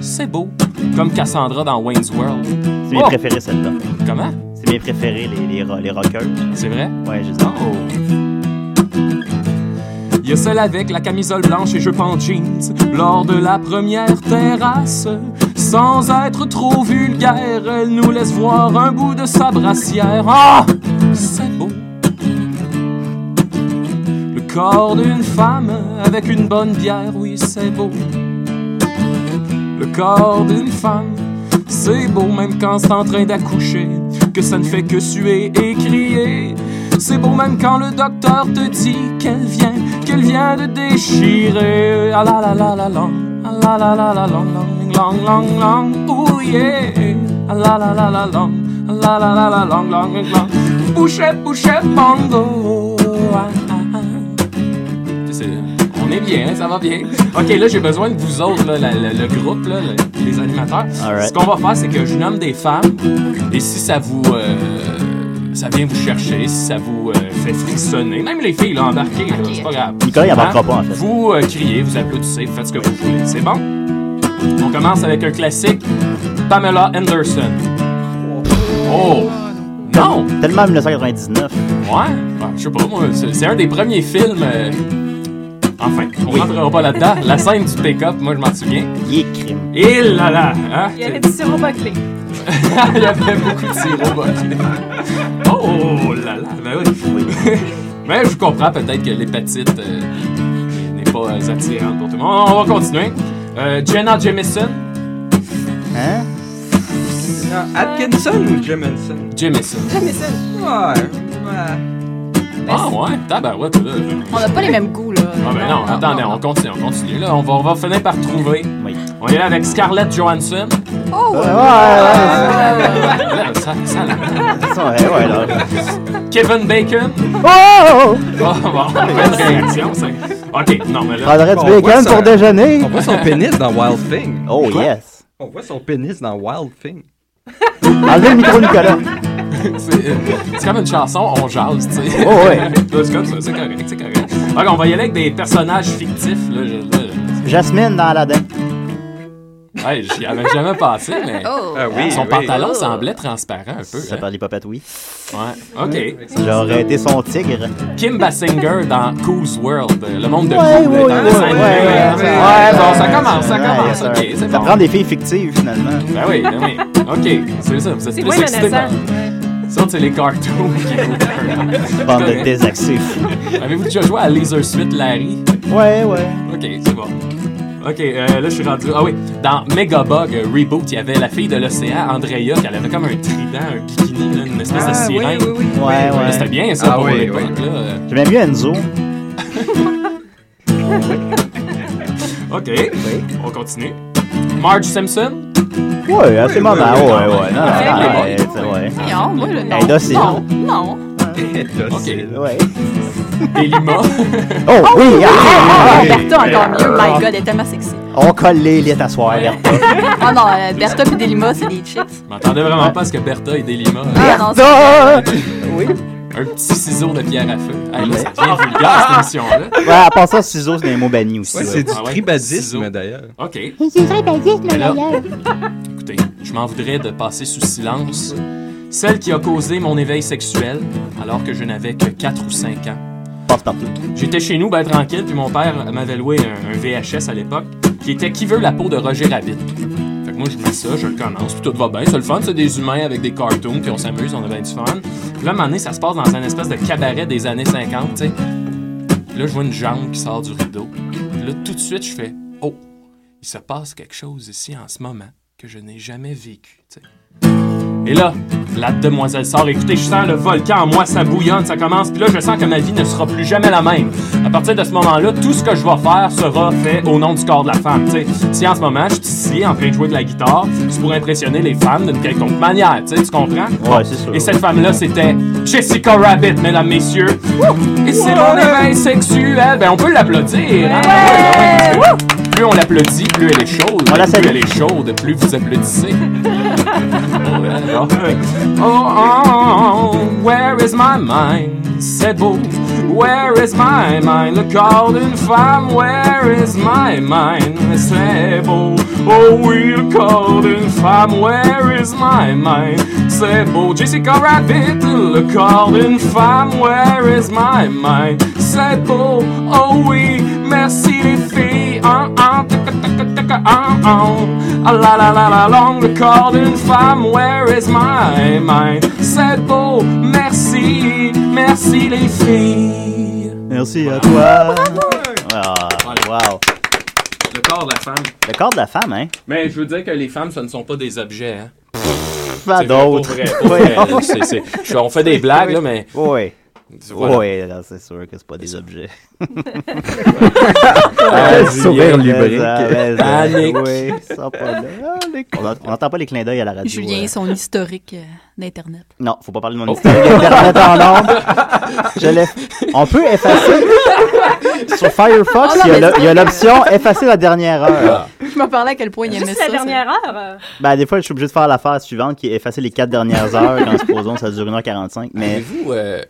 [SPEAKER 15] C'est beau. Comme Cassandra dans Wayne's World.
[SPEAKER 8] C'est mes
[SPEAKER 15] Oh!
[SPEAKER 8] préférés, celle-là.
[SPEAKER 15] Comment?
[SPEAKER 8] C'est mes préférés, les, les, ro- les rockers.
[SPEAKER 15] C'est vrai?
[SPEAKER 8] Ouais, je
[SPEAKER 15] Il y a celle avec la camisole blanche et je en jeans lors de la première terrasse. Sans être trop vulgaire, elle nous laisse voir un bout de sa brassière. Ah! C'est beau. Le corps d'une femme avec une bonne bière, oui, c'est beau. Le corps d'une femme, c'est beau même quand c'est en train d'accoucher, que ça ne fait que suer et crier. C'est beau même quand le docteur te dit qu'elle vient, qu'elle vient de déchirer. Ah la la la la la, ah la la la la long, long, long, long, long, ooh oh yeah. Ah la la la la long, ah la la la la long, long, long, long. Bouchez, bouchez, bongo. Ah, ah, ah. Tu sais, On est bien, hein, ça va bien. Ok, là j'ai besoin de vous autres, là, la- la- le groupe, là, le- les animateurs.
[SPEAKER 8] Alright.
[SPEAKER 15] Ce qu'on va faire, c'est que je nomme des femmes, et si ça vous euh, ça vient vous chercher, si ça vous euh, fait frissonner. Même les filles, là, embarquez, là, c'est pas grave.
[SPEAKER 8] Nicolas, il embarquera pas, en fait.
[SPEAKER 15] Vous euh, criez, vous applaudissez, faites ce que vous voulez. C'est bon? On commence avec un classique, Pamela Anderson. Oh! Non!
[SPEAKER 8] Tellement 1999.
[SPEAKER 15] Ouais, ben, je sais pas, moi, c'est c'est un des premiers films... euh, Enfin, on rentrera pas là-dedans. La scène du pick-up, moi, je m'en souviens.
[SPEAKER 8] Il est crime.
[SPEAKER 15] Et là là! Hein?
[SPEAKER 14] Il
[SPEAKER 15] (laughs)
[SPEAKER 14] y avait du sirop bâclé.
[SPEAKER 15] Il y avait beaucoup de sirop bâclé. Oh là là, ben (laughs) oui. Mais je comprends peut-être que l'hépatite euh, n'est pas euh, attirante pour tout le monde. On va continuer. Euh, Jenna Jameson.
[SPEAKER 8] Hein?
[SPEAKER 15] Atkinson ou Jameson? Jameson.
[SPEAKER 14] Jameson.
[SPEAKER 15] Ouais. Ah ouais, tabarouette là.
[SPEAKER 11] On n'a pas les mêmes goûts, là.
[SPEAKER 15] Ah ben non, attendez, on continue, on continue là. On va, on va finir par trouver. On y va avec Scarlett Johansson.
[SPEAKER 11] Oh!
[SPEAKER 15] Là, ça, ça, là.
[SPEAKER 8] Ouais, ouais, là.
[SPEAKER 15] (laughs) Kevin Bacon.
[SPEAKER 8] Oh!
[SPEAKER 15] Oh, bon, belle réaction, ça. Ok, non, mais là.
[SPEAKER 8] Prendrais du
[SPEAKER 15] on
[SPEAKER 8] bacon
[SPEAKER 15] voit ça.
[SPEAKER 8] pour déjeuner?
[SPEAKER 12] On voit son pénis dans Wild Thing.
[SPEAKER 8] Oh,
[SPEAKER 12] Quoi?
[SPEAKER 8] yes.
[SPEAKER 12] On voit son pénis dans Wild Thing.
[SPEAKER 8] Enlevez le micro, Nicolas.
[SPEAKER 15] C'est euh, c'est comme une chanson, on jase, tu sais. (laughs)
[SPEAKER 8] Oh, ouais.
[SPEAKER 15] c'est comme ça, c'est correct, c'est correct. Ok, on va y aller avec des personnages fictifs, là. je- là,
[SPEAKER 8] Jasmine dans Aladdin.
[SPEAKER 15] je- Ouais, j'y avais jamais passé, mais.
[SPEAKER 8] Oh. Ah oui,
[SPEAKER 15] Son
[SPEAKER 8] oui.
[SPEAKER 15] pantalon
[SPEAKER 8] Oh.
[SPEAKER 15] semblait transparent un peu. hein.
[SPEAKER 8] Ça parle des papettes, oui.
[SPEAKER 15] Ouais, ok.
[SPEAKER 8] J'aurais été son tigre.
[SPEAKER 15] Kim Basinger dans Cool's World, euh, le monde de
[SPEAKER 8] Ouais,
[SPEAKER 15] Cool.
[SPEAKER 8] ouais,
[SPEAKER 15] dans
[SPEAKER 8] ouais,
[SPEAKER 15] le
[SPEAKER 8] ouais,
[SPEAKER 15] cinq-
[SPEAKER 8] ouais, ouais,
[SPEAKER 15] Ouais, bon, ça
[SPEAKER 8] ouais,
[SPEAKER 15] commence, ça
[SPEAKER 8] ouais,
[SPEAKER 15] commence,
[SPEAKER 8] ça-
[SPEAKER 15] ok, c'est
[SPEAKER 8] Ça
[SPEAKER 15] bon.
[SPEAKER 8] prend des filles fictives, finalement.
[SPEAKER 15] Ben oui, ben oui. OK, c'est ça, vous êtes
[SPEAKER 14] C'est
[SPEAKER 15] plus
[SPEAKER 14] moins
[SPEAKER 15] excités.
[SPEAKER 14] menaçant.
[SPEAKER 15] Ça, c'est les cartoons qui vous
[SPEAKER 8] Bande de désaxés fous.
[SPEAKER 15] Avez-vous déjà joué à Laser Suite Larry?
[SPEAKER 8] Ouais, ouais.
[SPEAKER 15] OK, c'est bon. OK, euh, là, je suis rendu... Ah oui, dans Megabug euh, Reboot, il y avait la fille de l'océan, Andrea, qu'elle avait comme un trident, un bikini, là, une espèce de
[SPEAKER 8] Ah, oui,
[SPEAKER 15] sirène.
[SPEAKER 8] oui, oui. Ouais, ouais.
[SPEAKER 15] C'était bien, ça,
[SPEAKER 8] Ah,
[SPEAKER 15] pour
[SPEAKER 8] oui,
[SPEAKER 15] l'époque, là. euh.
[SPEAKER 8] J'aimais mieux Enzo.
[SPEAKER 15] OK, on continue. Marge Simpson.
[SPEAKER 8] Ouais, à ces moments, ouais, ouais, ouais. Non,
[SPEAKER 15] Avec les
[SPEAKER 8] non,
[SPEAKER 15] boys.
[SPEAKER 8] ouais, tu sais, ouais.
[SPEAKER 13] Oh,
[SPEAKER 11] Non, moi, là, non.
[SPEAKER 8] Hey, docile.
[SPEAKER 11] Non, non.
[SPEAKER 15] OK.
[SPEAKER 8] Ouais.
[SPEAKER 15] Et Lima.
[SPEAKER 8] Oh, oui! ah,
[SPEAKER 11] Oh,
[SPEAKER 8] oui.
[SPEAKER 11] Bertha, encore mieux. My God, elle est tellement sexy.
[SPEAKER 8] On colle les litres à soir, Bertha.
[SPEAKER 15] (laughs)
[SPEAKER 11] Ah non, euh, Bertha et Delima, c'est des chips.
[SPEAKER 15] Je m'attendais vraiment pas à ce que Bertha et Delima... euh,
[SPEAKER 11] Ah non,
[SPEAKER 8] Ah!
[SPEAKER 15] Oui. Un petit ciseau de pierre à feu. Hey, là, ça devient vulgaire, cette émission-là.
[SPEAKER 8] Ouais, à part ça, ciseaux, c'est des mots bannis aussi.
[SPEAKER 15] Ouais, c'est du Ah ouais, tribadisme, ciseaux.
[SPEAKER 12] d'ailleurs.
[SPEAKER 15] OK.
[SPEAKER 2] C'est vrai,
[SPEAKER 15] Mais là, écoutez, je m'en voudrais de passer sous silence celle qui a causé mon éveil sexuel alors que je n'avais que 4 ou 5 ans.
[SPEAKER 8] Passe-partout.
[SPEAKER 15] J'étais chez nous, ben tranquille, puis mon père m'avait loué un, un VHS à l'époque qui était Qui veut la peau de Roger Rabbit. Fait que moi, je lis ça, je le commence, puis tout va bien. C'est le fun, c'est des humains avec des cartoons, puis on s'amuse, on a bien du fun. Puis là, à un moment donné, ça se passe dans un espèce de cabaret des années 50, tu sais. Puis là, je vois une jambe qui sort du rideau. Puis là, tout de suite, je fais Oh, il se passe quelque chose ici en ce moment que je n'ai jamais vécu. tu sais. Et là, la demoiselle sort. Écoutez, je sens le volcan en moi, ça bouillonne, ça commence. Puis là, je sens que ma vie ne sera plus jamais la même. À partir de ce moment-là, tout ce que je vais faire sera fait au nom du corps de la femme. tu sais. si en ce moment, je suis ici en train de jouer de la guitare, c'est pour impressionner les femmes d'une quelconque manière. tu sais, Tu comprends?
[SPEAKER 8] Ouais, c'est sûr.
[SPEAKER 15] Et cette femme-là, c'était Jessica Rabbit, mesdames, messieurs. Et c'est mon éveil sexuel. Ben, on peut l'applaudir. hein? Ouais, ouais, ouais. Plus on l'applaudit, plus elle est chaude.
[SPEAKER 8] On la
[SPEAKER 15] plus
[SPEAKER 8] salue.
[SPEAKER 15] elle est chaude, plus vous applaudissez. Oh, alors. oh, oh, oh, where is my mind? C'est beau. Where is my mind? Le corps d'une femme, where is my mind? C'est beau. Oh oui, le corps d'une femme, where is my mind? C'est beau. Jessica Rabbit, le corps d'une femme, where is my mind? C'est beau. Oh oui, merci les filles. Ah, ah, tic, tic, tic, tic, ah, ah. Ah, la la la la long, le corps d'une femme, where is my mind? C'est beau, merci, merci les filles.
[SPEAKER 8] Merci à toi. Ah, wow.
[SPEAKER 15] Le corps de la femme.
[SPEAKER 8] Le corps de la femme, hein?
[SPEAKER 15] Mais je veux dire que les femmes, ce ne sont pas des objets, hein?
[SPEAKER 8] Pas
[SPEAKER 15] C'est vrai,
[SPEAKER 8] d'autres.
[SPEAKER 15] pour vrai, (laughs) pour vrai, c'est- c'est- je- on fait des blagues, là, mais-
[SPEAKER 8] Oui.
[SPEAKER 15] Voilà.
[SPEAKER 8] Oui, là, c'est sûr que c'est pas des objets.
[SPEAKER 15] Ah, sourire lubrique.
[SPEAKER 11] Annick.
[SPEAKER 8] Oui, ils sont pas là. On ent- on n'entend pas les clins d'œil à la radio.
[SPEAKER 11] Julien, son historique euh, d'Internet.
[SPEAKER 8] Non, faut pas parler de
[SPEAKER 15] Oh.
[SPEAKER 8] mon historique
[SPEAKER 15] (laughs)
[SPEAKER 8] Internet en nombre. Je l'ai- On peut effacer. Sur Firefox,
[SPEAKER 11] Oh non,
[SPEAKER 8] il y a
[SPEAKER 11] mais
[SPEAKER 8] le-
[SPEAKER 11] c'est-
[SPEAKER 8] il y a l'option effacer la dernière
[SPEAKER 15] Ah.
[SPEAKER 8] heure.
[SPEAKER 11] Je m'en parlais à quel point il aimait
[SPEAKER 14] Juste
[SPEAKER 11] ça.
[SPEAKER 14] la dernière heure. euh,
[SPEAKER 8] Ben, des fois, je suis obligé de faire la phase suivante qui est effacer les quatre dernières heures
[SPEAKER 15] (laughs)
[SPEAKER 8] quand, supposons, ça dure 1h45. Mais
[SPEAKER 15] Vous, euh,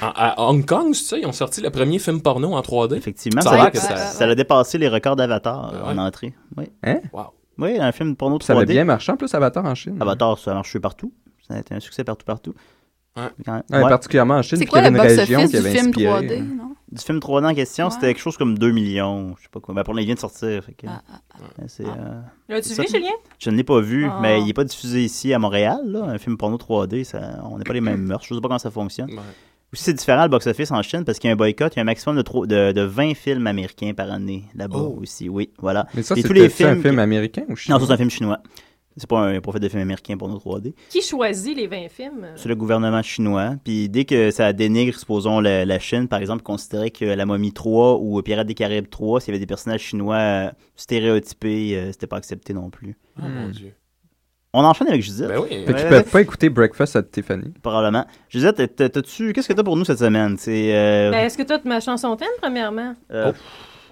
[SPEAKER 15] à, à Hong Kong, c'est ça, ils ont sorti le premier film porno en 3D.
[SPEAKER 8] effectivement,
[SPEAKER 15] ça
[SPEAKER 8] ça,
[SPEAKER 15] a l'air
[SPEAKER 8] ça,
[SPEAKER 15] Ah, que ça.
[SPEAKER 8] a dépassé les records d'Avatar euh,
[SPEAKER 15] Ah ouais.
[SPEAKER 8] en entrée. Oui.
[SPEAKER 12] Hein?
[SPEAKER 8] Oui, un film porno 3D.
[SPEAKER 12] Ça avait bien marché en plus, Avatar en Chine.
[SPEAKER 8] Avatar, ça a marché partout. Ça a été un succès partout, partout. Quand-
[SPEAKER 12] Ouais,
[SPEAKER 8] ouais.
[SPEAKER 12] Ah, Particulièrement en Chine,
[SPEAKER 11] C'est
[SPEAKER 12] puis
[SPEAKER 11] quoi
[SPEAKER 12] qu'il y
[SPEAKER 11] le
[SPEAKER 12] avait une région
[SPEAKER 11] box-office
[SPEAKER 12] qui
[SPEAKER 11] du
[SPEAKER 12] avait
[SPEAKER 11] film
[SPEAKER 12] inspiré.
[SPEAKER 11] 3D, non?
[SPEAKER 8] Du film 3D en question, c'était quelque chose comme 2 millions, je sais pas quoi. Ben, pour l'instant, il vient de sortir. fait que-
[SPEAKER 11] Ah,
[SPEAKER 8] Ben, c'est,
[SPEAKER 15] Ah.
[SPEAKER 8] euh,
[SPEAKER 14] L'as-tu
[SPEAKER 8] c'est
[SPEAKER 14] vu,
[SPEAKER 8] ça.
[SPEAKER 14] Julien?
[SPEAKER 8] Je ne l'ai pas vu,
[SPEAKER 14] Ah.
[SPEAKER 8] mais il n'est pas diffusé ici à Montréal. là. Un film porno 3D, ça- on n'est pas les mêmes mœurs. Je ne sais pas comment ça fonctionne. Aussi, c'est différent le box-office en Chine parce qu'il y a un boycott. Il y a un maximum de, trois- de, de 20 films américains par année là-bas
[SPEAKER 12] Oh.
[SPEAKER 8] aussi. Oui, voilà.
[SPEAKER 12] Mais ça,
[SPEAKER 8] Et
[SPEAKER 12] c'était-
[SPEAKER 8] tous les
[SPEAKER 12] c'est un
[SPEAKER 8] films
[SPEAKER 12] film
[SPEAKER 8] qui-
[SPEAKER 12] américain ou chinois?
[SPEAKER 8] Non, ça, c'est un film chinois. C'est pas un, ils ont pas fait de film américain pour nos 3D.
[SPEAKER 14] Qui choisit les 20 films?
[SPEAKER 8] C'est le gouvernement chinois. Puis dès que ça dénigre, supposons, la, la Chine, par exemple, considérait que La Momie 3 ou Pirates des Caraïbes 3, s'il y avait des personnages chinois euh, stéréotypés, euh, c'était pas accepté non plus.
[SPEAKER 15] Ah, mon Dieu.
[SPEAKER 8] On enchaîne avec Judith.
[SPEAKER 15] Ben oui.
[SPEAKER 12] Fait qu'ils peuvent pas écouter Breakfast at Tiffany.
[SPEAKER 8] Probablement. Judith, t'as- t'as- t'as-tu- qu'est-ce que t'as pour nous cette semaine? C'est, euh,
[SPEAKER 14] Ben, oh. Est-ce que tu as ma chanson thème, premièrement?
[SPEAKER 8] euh,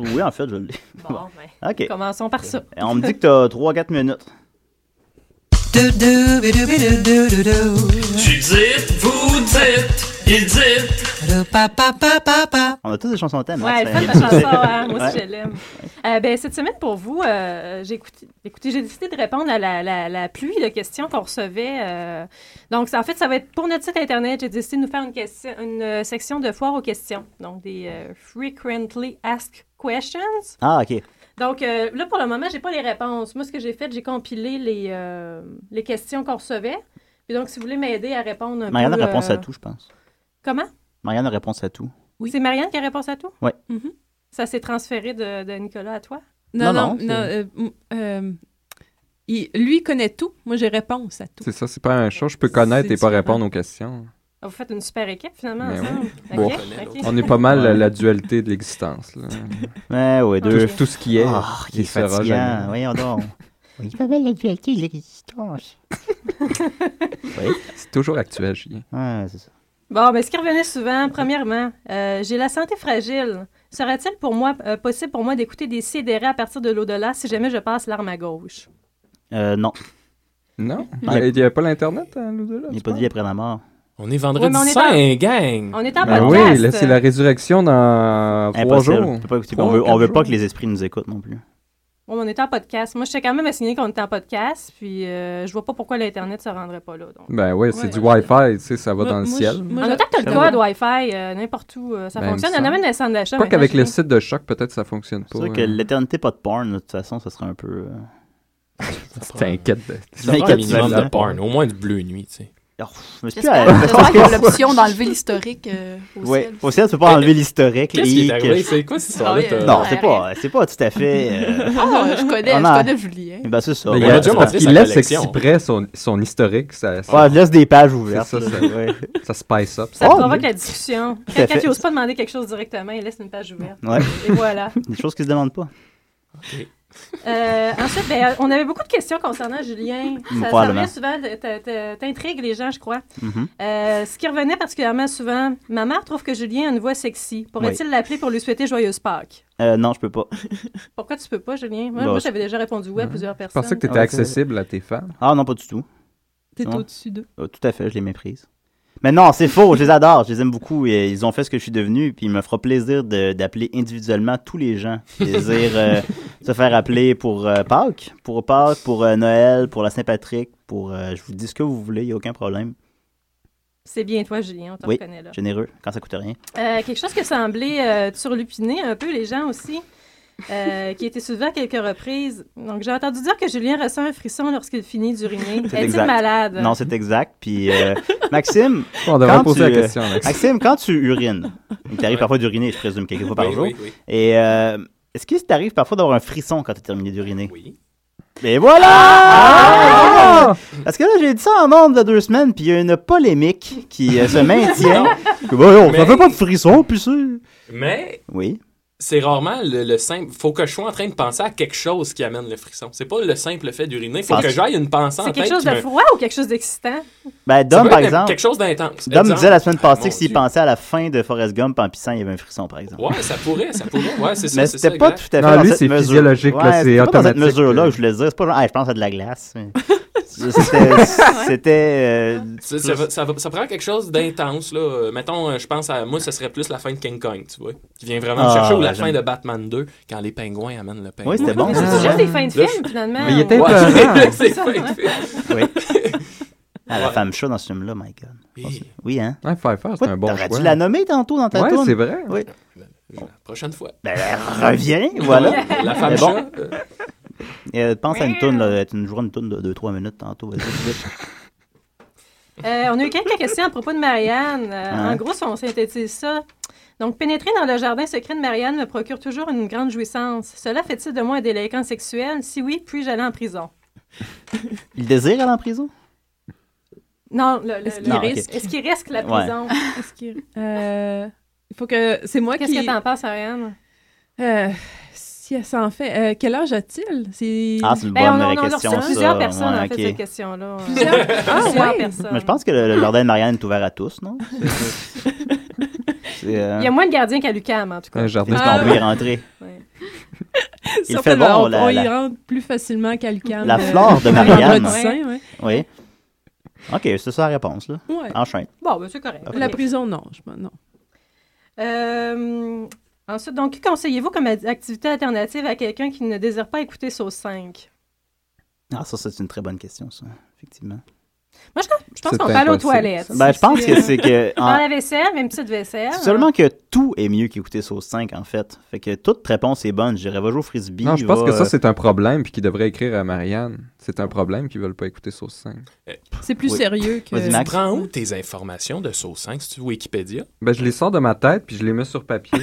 [SPEAKER 8] Oui, en fait, je
[SPEAKER 14] (laughs)
[SPEAKER 8] l'ai.
[SPEAKER 14] Bon, ben,
[SPEAKER 8] OK. Euh,
[SPEAKER 14] commençons par ça.
[SPEAKER 8] On me dit que t'as 3-4 minutes.
[SPEAKER 9] dites, vous dites, ils dites.
[SPEAKER 8] On a tous des chansons thème.
[SPEAKER 14] Ouais,
[SPEAKER 8] hein,
[SPEAKER 14] elle
[SPEAKER 8] c'est
[SPEAKER 14] fait
[SPEAKER 8] un
[SPEAKER 14] la
[SPEAKER 8] succès.
[SPEAKER 14] chanson, hein, moi aussi
[SPEAKER 8] Ouais.
[SPEAKER 14] je l'aime. Euh, ben, cette semaine pour vous, euh, j'ai écouté- écoutez, j'ai décidé de répondre à la, la- la pluie de questions qu'on recevait. euh, donc, ça- en fait, ça va être pour notre site internet. J'ai décidé de nous faire une, question- une euh, section de foire aux questions, donc des euh, frequently asked questions.
[SPEAKER 8] (laughs) Ah, OK.
[SPEAKER 14] Donc, euh, là, pour le moment, j'ai pas les réponses. Moi, ce que j'ai fait, j'ai compilé les, euh, les questions qu'on recevait. Et donc, si vous voulez m'aider à répondre un
[SPEAKER 8] Marianne a
[SPEAKER 14] peu... euh,
[SPEAKER 8] réponse à tout, je pense.
[SPEAKER 14] Comment?
[SPEAKER 8] Marianne a réponse à tout.
[SPEAKER 14] C'est Marianne qui a réponse à tout?
[SPEAKER 8] Ouais.
[SPEAKER 14] Mhm. Ça s'est transféré de, de Nicolas à toi?
[SPEAKER 13] Non, non, non.
[SPEAKER 8] c'est-
[SPEAKER 13] euh, m- euh, il- lui connaît tout. Moi, j'ai réponse à tout.
[SPEAKER 12] C'est ça, c'est pas un show. Je peux connaître
[SPEAKER 13] C'est
[SPEAKER 12] et pas
[SPEAKER 13] différent.
[SPEAKER 12] répondre aux questions.
[SPEAKER 14] Ah, Vous faites une super équipe, finalement,
[SPEAKER 12] Mais
[SPEAKER 14] ensemble.
[SPEAKER 12] Ben oui.
[SPEAKER 14] OK,
[SPEAKER 12] Bon,
[SPEAKER 14] OK.
[SPEAKER 12] On est pas mal la, la dualité de l'existence. là.
[SPEAKER 8] Ouais, ouais,
[SPEAKER 12] Tout-
[SPEAKER 8] deux.
[SPEAKER 12] Tout, ce qui est,
[SPEAKER 8] Ah, il est
[SPEAKER 12] il sera
[SPEAKER 8] fatigant,
[SPEAKER 12] jamais.
[SPEAKER 8] voyons donc. Oui,
[SPEAKER 2] pas mal l'actualité de l'existence.
[SPEAKER 8] Oui.
[SPEAKER 12] C'est toujours actuel, Julien.
[SPEAKER 8] Ouais, c'est ça.
[SPEAKER 14] Bon, ben, ce qui revenait souvent, premièrement, euh, j'ai la santé fragile. Serait-il pour moi euh, possible pour moi d'écouter des sidérés à partir de l'au-delà si jamais je passe l'arme à gauche?
[SPEAKER 8] Euh, non.
[SPEAKER 12] Non?
[SPEAKER 8] Non.
[SPEAKER 12] Mais Il n'y avait pas l'Internet hein, à l'au-delà?
[SPEAKER 8] Il n'est pas dit après la mort.
[SPEAKER 15] On est vendredi
[SPEAKER 14] Oui, mais on est
[SPEAKER 15] 5,
[SPEAKER 14] en-
[SPEAKER 15] gang!
[SPEAKER 14] On est en
[SPEAKER 12] Ben
[SPEAKER 14] podcast.
[SPEAKER 12] oui, là, c'est
[SPEAKER 13] euh,
[SPEAKER 12] la résurrection dans trois
[SPEAKER 8] Impossible.
[SPEAKER 12] jours.
[SPEAKER 8] On peut pas écouter-
[SPEAKER 12] Trois,
[SPEAKER 8] on veut, on
[SPEAKER 12] quatre
[SPEAKER 8] veut pas
[SPEAKER 12] jours.
[SPEAKER 8] que les esprits nous écoutent non plus.
[SPEAKER 14] Bon, on est en podcast. Moi, je suis quand même assigné qu'on est en podcast, puis euh, je vois pas pourquoi l'Internet se rendrait pas là. donc.
[SPEAKER 12] Ben oui, c'est
[SPEAKER 14] Ouais.
[SPEAKER 12] du Wi-Fi, tu sais, ça va
[SPEAKER 13] Moi-
[SPEAKER 12] dans le
[SPEAKER 13] moi,
[SPEAKER 12] ciel.
[SPEAKER 13] je- moi,
[SPEAKER 14] En
[SPEAKER 13] je- Ah,
[SPEAKER 14] autant que t'as
[SPEAKER 13] je-
[SPEAKER 14] le code Wi-Fi, euh, n'importe où, euh, ça
[SPEAKER 12] Ben,
[SPEAKER 14] fonctionne.
[SPEAKER 12] il me
[SPEAKER 14] Il y en a même
[SPEAKER 12] semble.
[SPEAKER 14] dans les centres d'achat.
[SPEAKER 12] Je crois
[SPEAKER 14] maintenant,
[SPEAKER 12] qu'avec
[SPEAKER 14] Julien.
[SPEAKER 12] le site de choc, peut-être ça fonctionne pas.
[SPEAKER 8] C'est sûr que
[SPEAKER 12] hein.
[SPEAKER 8] l'éternité pas de porn, de toute façon, ça serait un peu. euh,
[SPEAKER 12] T'inquiète. de-
[SPEAKER 8] Je
[SPEAKER 15] Ça prend un
[SPEAKER 8] m'inquiète
[SPEAKER 15] minimum
[SPEAKER 8] vraiment.
[SPEAKER 15] de porn, au moins du bleu nuit, tu sais.
[SPEAKER 8] Oh, je me suis plus à-
[SPEAKER 11] J'espère j'espère qu'il y a l'option d'enlever l'historique euh, au
[SPEAKER 8] Ouais.
[SPEAKER 11] ciel.
[SPEAKER 8] Au ciel, tu peux pas enlever l'historique.
[SPEAKER 15] Qu'est-ce qui est
[SPEAKER 8] les-
[SPEAKER 15] arrivé? C'est quoi cette histoire-là?
[SPEAKER 11] Ah oui,
[SPEAKER 15] t'as-
[SPEAKER 8] Non, c'est pas, c'est pas tout à fait. euh,
[SPEAKER 11] Ah, je connais,
[SPEAKER 8] on
[SPEAKER 11] je
[SPEAKER 8] a-
[SPEAKER 11] connais Julien.
[SPEAKER 8] Ben, c'est ça.
[SPEAKER 12] Mais
[SPEAKER 8] ouais.
[SPEAKER 12] il y a-
[SPEAKER 15] déjà
[SPEAKER 12] c'est parce
[SPEAKER 15] montré
[SPEAKER 12] qu'il
[SPEAKER 15] sa
[SPEAKER 12] laisse
[SPEAKER 15] collection.
[SPEAKER 12] exprès son, son historique. Ça, ça,
[SPEAKER 8] Ouais, je laisse des pages
[SPEAKER 12] c'est
[SPEAKER 8] ouvertes.
[SPEAKER 12] ça, ça,
[SPEAKER 8] là. Ouais.
[SPEAKER 12] ça spice up.
[SPEAKER 14] Ça
[SPEAKER 8] Oh,
[SPEAKER 14] provoque
[SPEAKER 8] oui.
[SPEAKER 14] la discussion.
[SPEAKER 8] à
[SPEAKER 14] Quelqu'un
[SPEAKER 8] fait.
[SPEAKER 14] qui n'ose pas demander quelque chose directement, il laisse une page ouverte.
[SPEAKER 8] Ouais. (laughs)
[SPEAKER 14] Et voilà.
[SPEAKER 8] Des choses qui se demandent pas.
[SPEAKER 14] Euh, ensuite, ben, on avait beaucoup de questions concernant Julien.
[SPEAKER 8] Mm,
[SPEAKER 14] Ça, ça
[SPEAKER 8] probablement.
[SPEAKER 14] revient souvent, t- t- t- t'intrigues les gens, je crois.
[SPEAKER 8] Mhm.
[SPEAKER 14] Euh, ce qui revenait particulièrement souvent, ma mère trouve que Julien a une voix sexy. Pourrait-il l'appeler pour lui souhaiter joyeuse Pâques?
[SPEAKER 8] Euh, non, je peux pas.
[SPEAKER 14] Pourquoi tu peux pas, Julien? Moi,
[SPEAKER 8] Bah,
[SPEAKER 14] moi,
[SPEAKER 8] je-
[SPEAKER 14] j'avais déjà répondu oui à plusieurs
[SPEAKER 12] Je
[SPEAKER 14] personnes.
[SPEAKER 12] pensais que tu étais
[SPEAKER 8] Ah, ouais, c'est-
[SPEAKER 12] accessible à tes fans.
[SPEAKER 8] Ah non, pas du tout.
[SPEAKER 13] T'es
[SPEAKER 8] Non.
[SPEAKER 13] au-dessus d'eux.
[SPEAKER 8] Euh, tout à fait, je les méprise. Mais non, c'est faux, je les adore, je les aime beaucoup. Et ils ont fait ce que je suis devenu, puis il me fera plaisir de- d'appeler individuellement tous les gens. Plaisir
[SPEAKER 15] (laughs)
[SPEAKER 8] euh, se faire appeler pour euh, Pâques, pour Pâques, pour euh, Noël, pour la Saint-Patrick, pour. euh, je vous dis ce que vous voulez, il n'y a aucun problème.
[SPEAKER 14] C'est bien toi, Julien, on te
[SPEAKER 8] Oui,
[SPEAKER 14] reconnaît là.
[SPEAKER 8] généreux, quand ça coûte rien.
[SPEAKER 14] Euh, quelque chose qui semblait euh, turlupiner un peu les gens aussi, euh, qui était souvent à quelques reprises. Donc, j'ai entendu dire que Julien ressent un frisson lorsqu'il finit d'uriner.
[SPEAKER 8] C'est
[SPEAKER 14] Est-il
[SPEAKER 8] exact.
[SPEAKER 14] malade?
[SPEAKER 8] Non, c'est exact.
[SPEAKER 15] (laughs)
[SPEAKER 8] Puis, euh, Maxime.
[SPEAKER 12] On devrait
[SPEAKER 8] quand
[SPEAKER 12] poser
[SPEAKER 8] tu,
[SPEAKER 12] la
[SPEAKER 8] euh,
[SPEAKER 12] question, Maxime.
[SPEAKER 8] Maxime, quand tu urines, il t'arrive parfois d'uriner, je présume, quelques fois par
[SPEAKER 15] Oui,
[SPEAKER 8] jour.
[SPEAKER 15] oui, oui.
[SPEAKER 8] Et euh, Est-ce que ça t'arrive parfois d'avoir un frisson quand t'as terminé d'uriner? Oui. Mais voilà!
[SPEAKER 15] Ah!
[SPEAKER 8] Parce que là, j'ai dit ça en nombre de deux semaines, puis il y a une polémique qui euh, se maintient. (laughs) Que, bah, on- Ça
[SPEAKER 15] Mais-
[SPEAKER 8] fait pas de frisson, puis ça.
[SPEAKER 15] Mais
[SPEAKER 8] Oui.
[SPEAKER 15] c'est rarement le, le simple. Faut que je sois en train de penser à quelque chose qui amène le frisson. C'est pas le simple fait d'uriner. Faut
[SPEAKER 8] Ah,
[SPEAKER 15] que
[SPEAKER 8] c'est-
[SPEAKER 15] j'aille une pensée en
[SPEAKER 14] C'est quelque
[SPEAKER 15] tête
[SPEAKER 14] chose
[SPEAKER 15] qui
[SPEAKER 14] de
[SPEAKER 15] me-
[SPEAKER 14] froid ou quelque chose d'excitant?
[SPEAKER 8] Ben,
[SPEAKER 15] Ça
[SPEAKER 8] Dom,
[SPEAKER 15] peut
[SPEAKER 8] par
[SPEAKER 15] être
[SPEAKER 8] exemple.
[SPEAKER 15] Quelque chose d'intense.
[SPEAKER 8] Dom
[SPEAKER 15] Exemple.
[SPEAKER 8] disait la semaine passée
[SPEAKER 15] Mon
[SPEAKER 8] que s'il
[SPEAKER 15] Dieu.
[SPEAKER 8] pensait à la fin de Forrest Gump en pissant, il y avait un frisson, par exemple.
[SPEAKER 15] Ouais, ça pourrait, ça pourrait. Ouais, c'est ça.
[SPEAKER 8] Mais
[SPEAKER 15] c'est ça,
[SPEAKER 8] c'était pas tout
[SPEAKER 15] exact.
[SPEAKER 8] à fait
[SPEAKER 12] Non,
[SPEAKER 8] dans
[SPEAKER 12] lui,
[SPEAKER 8] cette
[SPEAKER 12] c'est
[SPEAKER 8] mesure.
[SPEAKER 12] physiologique, là,
[SPEAKER 8] Ouais,
[SPEAKER 12] c'est
[SPEAKER 8] c'était pas dans cette
[SPEAKER 12] automatique, euh.
[SPEAKER 8] mesure-là, je voulais dire. C'est pas genre, ah, je pense à de la glace.
[SPEAKER 15] (laughs)
[SPEAKER 8] mais- C'était. C'était. euh,
[SPEAKER 15] Ça, ça va- ça va- ça prend quelque chose d'intense, là. Euh, Mettons, euh, je pense à moi, ce serait plus la fin de King Kong, tu vois. Qui vient vraiment me
[SPEAKER 12] Ah,
[SPEAKER 15] chercher, ou la
[SPEAKER 12] j'aime.
[SPEAKER 15] fin de Batman 2, quand les pingouins amènent le pingouin.
[SPEAKER 8] Oui, c'était bon,
[SPEAKER 15] Ouais,
[SPEAKER 8] ça.
[SPEAKER 15] c'est
[SPEAKER 14] C'est
[SPEAKER 15] ça.
[SPEAKER 14] juste des fins de
[SPEAKER 15] Là,
[SPEAKER 14] film,
[SPEAKER 15] je-
[SPEAKER 14] finalement.
[SPEAKER 8] Mais il était
[SPEAKER 15] Ouais,
[SPEAKER 14] Ah,
[SPEAKER 15] (laughs)
[SPEAKER 8] épeurant.
[SPEAKER 15] c'est fin de film.
[SPEAKER 8] Oui. Ah, la femme chat dans ce film-là, my God. Oui, hein?
[SPEAKER 12] Ouais, Pfeiffer, c'est un bon
[SPEAKER 8] T'aurais-tu
[SPEAKER 12] choix.
[SPEAKER 8] la nommé tantôt dans ta
[SPEAKER 12] Ouais,
[SPEAKER 8] tourne?
[SPEAKER 12] c'est vrai.
[SPEAKER 8] Oui.
[SPEAKER 15] Prochaine
[SPEAKER 8] (laughs)
[SPEAKER 15] fois.
[SPEAKER 8] Ben, elle revient, voilà.
[SPEAKER 15] La femme
[SPEAKER 8] Mais
[SPEAKER 15] chat, euh.
[SPEAKER 8] Euh, pense à une tourne, là. Tu nous joueras une tourne de 2-3 minutes tantôt. Vas-y, vite.
[SPEAKER 14] Euh, on a eu quelques questions à propos de Marianne. Euh,
[SPEAKER 8] Ouais.
[SPEAKER 14] En gros, si on synthétise ça. Donc, pénétrer dans le jardin secret de Marianne me procure toujours une grande jouissance. Cela fait-il de moi un délinquant sexuel? Si oui, puis-je aller en prison?
[SPEAKER 8] Il désire aller en prison?
[SPEAKER 14] Non, le- le-
[SPEAKER 13] Est-ce
[SPEAKER 14] le-
[SPEAKER 13] qu'il
[SPEAKER 14] le-
[SPEAKER 13] risque?
[SPEAKER 14] Est-ce qu'il risque la
[SPEAKER 8] Ouais.
[SPEAKER 14] prison?
[SPEAKER 13] Est-ce
[SPEAKER 14] (laughs)
[SPEAKER 13] qu'il- euh, il faut que. C'est moi
[SPEAKER 14] Qu'est-ce
[SPEAKER 13] qui.
[SPEAKER 14] que t'en penses, Ariane?
[SPEAKER 13] Euh, si elle s'en fait. euh, quel âge a-t-il? C'est...
[SPEAKER 8] Ah, c'est une
[SPEAKER 13] Ben,
[SPEAKER 8] bonne
[SPEAKER 13] on a- on a
[SPEAKER 8] question,
[SPEAKER 13] reçu
[SPEAKER 8] ça.
[SPEAKER 14] Plusieurs personnes
[SPEAKER 8] Ouais,
[SPEAKER 14] ont
[SPEAKER 8] ok.
[SPEAKER 14] fait cette question-là.
[SPEAKER 13] Plusieurs? Ah,
[SPEAKER 14] Plusieurs
[SPEAKER 13] ouais.
[SPEAKER 14] personnes.
[SPEAKER 8] Mais je pense que le, le jardin de Marianne est ouvert à tous,
[SPEAKER 13] (laughs)
[SPEAKER 8] non? C'est, euh,
[SPEAKER 14] Il y a moins de gardiens qu'à l'UCAM, en tout cas.
[SPEAKER 12] Un jardin
[SPEAKER 8] Est-ce
[SPEAKER 13] Ah,
[SPEAKER 8] qu'on peut y
[SPEAKER 13] ouais.
[SPEAKER 8] rentrer? Il
[SPEAKER 13] Certainement,
[SPEAKER 8] fait bon,
[SPEAKER 13] on,
[SPEAKER 8] la-
[SPEAKER 13] on y
[SPEAKER 8] la-
[SPEAKER 13] rentre plus facilement qu'à l'UQAM.
[SPEAKER 8] La
[SPEAKER 13] euh,
[SPEAKER 8] flore
[SPEAKER 13] (laughs)
[SPEAKER 8] de
[SPEAKER 13] le
[SPEAKER 8] Marianne.
[SPEAKER 13] vendredi saint, ouais.
[SPEAKER 8] Oui. OK, c'est ça la réponse, là.
[SPEAKER 13] Ouais.
[SPEAKER 8] Enchaîne.
[SPEAKER 14] Bon, ben, c'est correct.
[SPEAKER 8] Ok.
[SPEAKER 13] La prison, non. Je, pense- non.
[SPEAKER 14] Euh, ensuite, donc, que conseillez-vous comme ad- activité alternative à quelqu'un qui ne désire pas écouter Sauce 5?
[SPEAKER 8] Ah, ça, c'est une très bonne question, ça. Effectivement.
[SPEAKER 14] Moi, je, je pense
[SPEAKER 8] C'est
[SPEAKER 14] qu'on peut aller aux
[SPEAKER 8] impossible.
[SPEAKER 14] toilettes.
[SPEAKER 8] Ben, je pense
[SPEAKER 14] Si,
[SPEAKER 8] que
[SPEAKER 14] euh,
[SPEAKER 8] c'est que-
[SPEAKER 14] Dans
[SPEAKER 8] en-
[SPEAKER 14] la vaisselle, mais une petite vaisselle.
[SPEAKER 8] C'est seulement que tout est mieux qu'écouter Sauce 5, en fait. Fait que toute réponse est bonne. J'irais, va jouer au frisbee.
[SPEAKER 12] Non, je pense
[SPEAKER 8] va,
[SPEAKER 12] que ça,
[SPEAKER 8] euh,
[SPEAKER 12] c'est un problème, puis qu'ils devraient écrire à Marianne. C'est un problème qu'ils veulent pas écouter Sauce 5.
[SPEAKER 13] C'est plus sérieux que.
[SPEAKER 15] Tu prends où tes informations de Sauce 5 C'est-tu Wikipédia
[SPEAKER 12] Ben, je les sors de ma tête, puis je les mets sur
[SPEAKER 8] (laughs)
[SPEAKER 12] papier.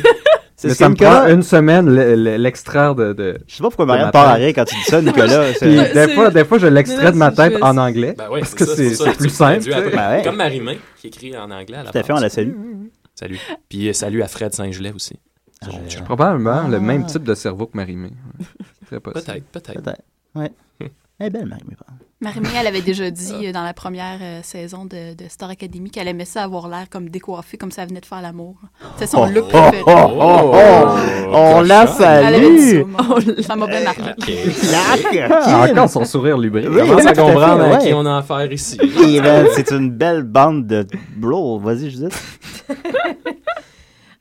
[SPEAKER 15] C'est
[SPEAKER 12] Mais
[SPEAKER 15] ce
[SPEAKER 12] ça
[SPEAKER 15] que
[SPEAKER 12] me
[SPEAKER 15] Nicolas-
[SPEAKER 12] prend une semaine l- l- l'extraire de, de.
[SPEAKER 8] Je sais pas pourquoi
[SPEAKER 12] (laughs) Marianne
[SPEAKER 8] Marianne part à rire quand tu dis ça, Nicolas. C'est-
[SPEAKER 12] puis des fois, des fois, je
[SPEAKER 8] Mais là,
[SPEAKER 12] l'extrais de ma
[SPEAKER 8] c'est
[SPEAKER 12] tête
[SPEAKER 8] juste-
[SPEAKER 12] en anglais.
[SPEAKER 15] Ben ouais,
[SPEAKER 12] parce que
[SPEAKER 15] ça,
[SPEAKER 12] c'est
[SPEAKER 15] ça,
[SPEAKER 12] c'est
[SPEAKER 15] tu
[SPEAKER 12] plus
[SPEAKER 15] te
[SPEAKER 12] simple.
[SPEAKER 15] traduis après.
[SPEAKER 12] tu sais.
[SPEAKER 15] Comme Marimé, qui écrit en anglais à la
[SPEAKER 8] Ben Tout à fait, on
[SPEAKER 15] base.
[SPEAKER 8] la Ah, salue.
[SPEAKER 15] Salut. Puis euh, salut à Fred Saint-Gelais aussi.
[SPEAKER 12] J'ai probablement le
[SPEAKER 14] Ah.
[SPEAKER 12] même type de cerveau que Marimé. Ouais. C'est Très possible.
[SPEAKER 15] Peut-être, peut-être.
[SPEAKER 8] Ouais. Elle est belle, Marimé. par exemple.
[SPEAKER 17] Marimé, elle avait déjà dit euh, dans la première euh, saison de, de Star Academy qu'elle aimait ça avoir l'air comme décoiffée, comme ça venait de faire l'amour. C'est son
[SPEAKER 8] Oh,
[SPEAKER 17] look
[SPEAKER 8] oh,
[SPEAKER 17] préféré.
[SPEAKER 8] oh, oh, oh, on la
[SPEAKER 17] Elle avait dit
[SPEAKER 8] salue!
[SPEAKER 17] ça, moi. Ça m'a bien marqué.
[SPEAKER 12] Ah, encore son sourire lubrique.
[SPEAKER 8] Oui,
[SPEAKER 12] Commence à
[SPEAKER 8] tout à fait,
[SPEAKER 12] comprendre à
[SPEAKER 8] ouais. (laughs)
[SPEAKER 12] qui on
[SPEAKER 15] hein, a affaire ici.
[SPEAKER 8] Et ben, c'est une belle bande de bro. Vas-y, je dis.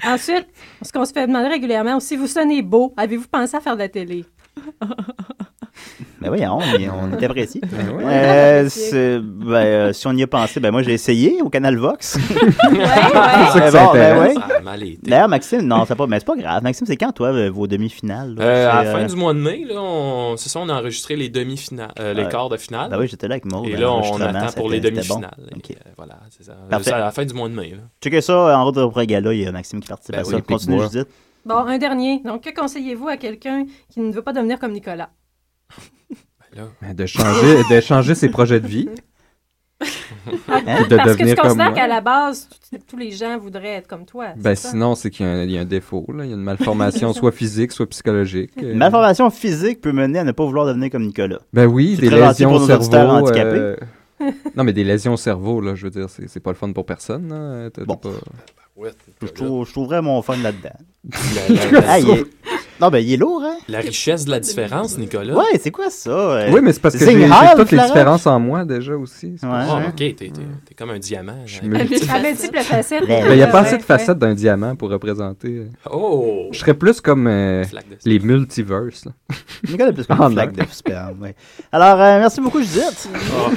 [SPEAKER 14] Ensuite, ce qu'on se fait demander régulièrement aussi, vous sonnez beau, avez-vous pensé à faire de
[SPEAKER 15] (laughs)
[SPEAKER 14] la télé?
[SPEAKER 8] Ben oui, on, on est apprécié.
[SPEAKER 12] Ben
[SPEAKER 14] ouais.
[SPEAKER 8] Euh, c'est- ben, euh, si on y a pensé, ben moi j'ai essayé au canal Vox.
[SPEAKER 15] C'est ça
[SPEAKER 8] (laughs)
[SPEAKER 15] que
[SPEAKER 8] Eh
[SPEAKER 15] ça
[SPEAKER 8] bon, ben
[SPEAKER 15] intéresse.
[SPEAKER 8] ouais.
[SPEAKER 15] Ça a mal été.
[SPEAKER 8] D'ailleurs, Maxime, non, c'est pas, mais c'est pas grave. Maxime, c'est quand toi euh, vos demi-finales? là?
[SPEAKER 15] Euh, à la
[SPEAKER 8] C'est,
[SPEAKER 15] fin
[SPEAKER 8] euh,
[SPEAKER 15] du mois de mai, là, on... c'est ça, on a enregistré les demi-finales, euh, les
[SPEAKER 8] Ouais.
[SPEAKER 15] quarts de finale.
[SPEAKER 8] Ben oui, j'étais là avec Maud,
[SPEAKER 15] Et
[SPEAKER 8] à
[SPEAKER 15] là, on
[SPEAKER 8] l'enregistrement,
[SPEAKER 15] attend pour
[SPEAKER 8] c'était-
[SPEAKER 15] les
[SPEAKER 8] c'était bon.
[SPEAKER 15] demi-finales. Et, euh, voilà, c'est ça.
[SPEAKER 8] Parfait.
[SPEAKER 15] C'est à la fin du mois de mai.
[SPEAKER 8] (laughs)
[SPEAKER 15] là.
[SPEAKER 8] Checkez ça, euh, en route de gala, il y a Maxime qui participe
[SPEAKER 15] Ben
[SPEAKER 8] à
[SPEAKER 15] oui,
[SPEAKER 8] ça.
[SPEAKER 15] puis
[SPEAKER 8] Continue,
[SPEAKER 15] moi.
[SPEAKER 12] (laughs)
[SPEAKER 8] Judith.
[SPEAKER 14] Bon, un dernier. Donc, que conseillez-vous à quelqu'un qui ne veut pas devenir comme Nicolas?
[SPEAKER 12] Ben, De changer, de changer ses projets de
[SPEAKER 14] (laughs)
[SPEAKER 12] vie.
[SPEAKER 8] Hein?
[SPEAKER 12] Et de
[SPEAKER 14] Parce que tu
[SPEAKER 12] devenir comme
[SPEAKER 14] considères
[SPEAKER 12] moi.
[SPEAKER 14] qu'à la base, t- tous les gens voudraient être comme toi.
[SPEAKER 12] Ben,
[SPEAKER 14] c'est ça?
[SPEAKER 12] sinon, c'est qu'il y, a un- il y a un défaut. là. Il y a une
[SPEAKER 14] (laughs)
[SPEAKER 12] malformation, soit physique, soit psychologique. Euh,
[SPEAKER 8] Une malformation physique peut mener à ne pas vouloir devenir comme Nicolas.
[SPEAKER 12] Ben oui,
[SPEAKER 8] C'est
[SPEAKER 12] des
[SPEAKER 8] très gentil
[SPEAKER 12] lésions
[SPEAKER 8] pour
[SPEAKER 12] au
[SPEAKER 8] nos
[SPEAKER 12] cerveau.
[SPEAKER 8] auditeurs handicapés.
[SPEAKER 12] euh, non, mais des lésions au cerveau, là, je veux dire, c'est c'est pas le fun pour personne. là. Euh, t'as- t'as pas-
[SPEAKER 8] Je, trouve, je trouverais mon fun
[SPEAKER 12] (laughs)
[SPEAKER 8] là-dedans.
[SPEAKER 15] La- la-
[SPEAKER 8] Ah, il est- Non, ben il est lourd, hein?
[SPEAKER 15] La richesse de la différence, Nicolas.
[SPEAKER 8] Ouais, c'est quoi ça? euh?
[SPEAKER 12] Oui, mais c'est parce que
[SPEAKER 8] Zing
[SPEAKER 12] j'ai j'ai
[SPEAKER 8] Heil,
[SPEAKER 12] toutes les
[SPEAKER 8] Florent?
[SPEAKER 12] différences en moi déjà aussi. c'est pour
[SPEAKER 8] Ouais.
[SPEAKER 12] ça.
[SPEAKER 15] Ah, ok, t'es t'es- t'es comme un diamant.
[SPEAKER 12] Je
[SPEAKER 15] genre.
[SPEAKER 12] suis multi-
[SPEAKER 14] À multiples facettes.
[SPEAKER 12] Ben, Il n'y a pas assez de facettes d'un diamant pour représenter. euh.
[SPEAKER 15] Oh!
[SPEAKER 12] Je serais plus comme euh,
[SPEAKER 15] Flaque de
[SPEAKER 12] les multiverses. là.
[SPEAKER 8] Nicolas est plus comme
[SPEAKER 12] En
[SPEAKER 8] une flaque
[SPEAKER 12] un.
[SPEAKER 8] de sperme. ouais. Alors, euh, merci beaucoup, Judith.
[SPEAKER 12] Oh.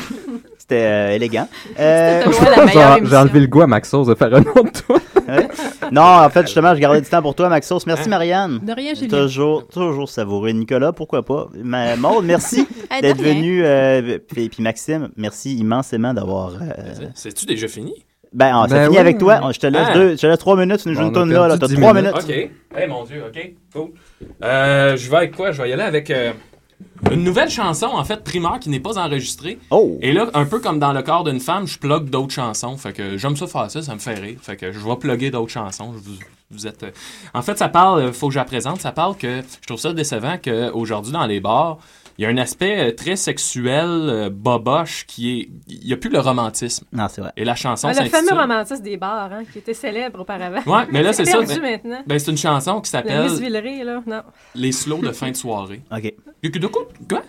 [SPEAKER 8] C'était euh, élégant. Euh,
[SPEAKER 12] Je (laughs) pense que j'ai- J'ai enlevé le goût à Maxos de faire un autre tour.
[SPEAKER 8] Ouais. Non, en fait, justement, je gardais du temps pour toi, Maxos. Merci,
[SPEAKER 12] Hein?
[SPEAKER 8] Marianne.
[SPEAKER 13] De rien, Julie.
[SPEAKER 8] Toujours, toujours savouré. Nicolas, pourquoi pas? Ma Maude, (laughs) merci
[SPEAKER 13] Hey, de
[SPEAKER 8] d'être
[SPEAKER 13] rien.
[SPEAKER 8] venu. euh, puis, puis Maxime, merci immensément d'avoir. euh,
[SPEAKER 15] C'est-tu déjà fini?
[SPEAKER 8] Ben, on- ça
[SPEAKER 12] Ben
[SPEAKER 8] finit
[SPEAKER 12] oui.
[SPEAKER 8] avec toi. On- Je te laisse
[SPEAKER 12] Ah.
[SPEAKER 8] deux, je te laisse trois minutes. Tu nous joues
[SPEAKER 12] Bon, on
[SPEAKER 8] une
[SPEAKER 12] a
[SPEAKER 8] tourne là.
[SPEAKER 12] perdu
[SPEAKER 8] là T'as
[SPEAKER 12] 10
[SPEAKER 8] trois minutes.
[SPEAKER 12] minutes.
[SPEAKER 15] OK. Eh, mon Dieu, OK. Cool. Euh, je vais avec quoi? Je vais y aller avec euh, une nouvelle chanson, en fait, primaire, qui n'est pas enregistrée.
[SPEAKER 8] Oh!
[SPEAKER 15] Et là, un peu comme dans le corps d'une femme, je plug d'autres chansons. Fait que j'aime ça faire ça, ça me fait rire. Fait que je vais plugger d'autres chansons. Je vous, vous êtes... euh, En fait, ça parle, euh, faut que je la présente, ça parle que je trouve ça décevant qu'aujourd'hui, dans les bars, il y a un aspect euh, très sexuel, euh, boboche, qui est... Il n'y a plus le romantisme.
[SPEAKER 8] Non, c'est vrai.
[SPEAKER 15] Et la chanson,
[SPEAKER 14] Ah, le
[SPEAKER 15] s'intitule-
[SPEAKER 14] fameux romantisme des bars, hein, qui était célèbre auparavant.
[SPEAKER 15] Ouais, mais là, c'est ça.
[SPEAKER 14] perdu
[SPEAKER 15] ben-
[SPEAKER 14] maintenant.
[SPEAKER 15] ben, c'est une chanson qui
[SPEAKER 14] La
[SPEAKER 15] s'appelle
[SPEAKER 14] Miss Villeray, là, non.
[SPEAKER 15] Les slows de fin de soirée.
[SPEAKER 8] OK.
[SPEAKER 15] Quoi?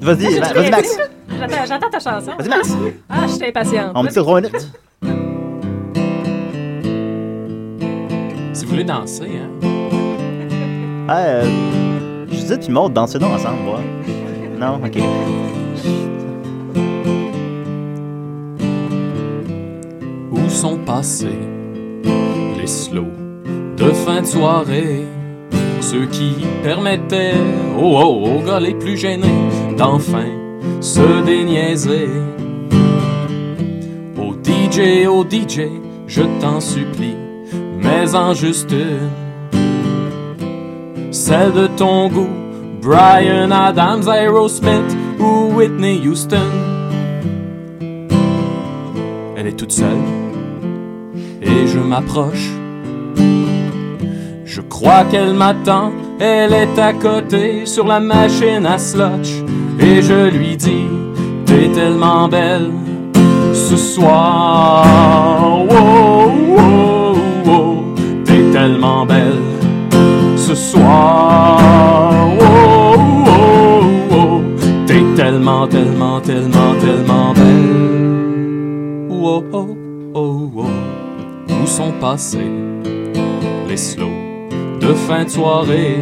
[SPEAKER 8] Vas-y,
[SPEAKER 14] Ah,
[SPEAKER 8] Ma-
[SPEAKER 14] j'ai-
[SPEAKER 8] vas-y, Max.
[SPEAKER 14] J'attends, j'attends ta chanson.
[SPEAKER 8] Vas-y, Max.
[SPEAKER 14] Ah, je suis impatiente.
[SPEAKER 8] On me dit trois minutes.
[SPEAKER 15] Si vous voulez danser, hein.
[SPEAKER 8] Ah, euh, Judith puis Maud, dansez donc ensemble, voir. Non, ok.
[SPEAKER 15] Où sont passés les slows de fin de soirée? Ceux qui permettaient oh, oh, aux gars les plus gênés d'enfin se déniaiser. Au DJ, au DJ, je t'en supplie, mais en juste une. Celle de ton goût, Brian Adams, Aerosmith ou Whitney Houston. Elle est toute seule et je m'approche. Je crois qu'elle m'attend, elle est à côté sur la machine à slotch et je lui dis T'es tellement belle ce soir. Oh, oh, oh, t'es tellement belle ce soir. Oh, oh, oh, t'es tellement, tellement, tellement, tellement belle. Oh, oh, oh, oh. Où sont passés les slows de fin de soirée?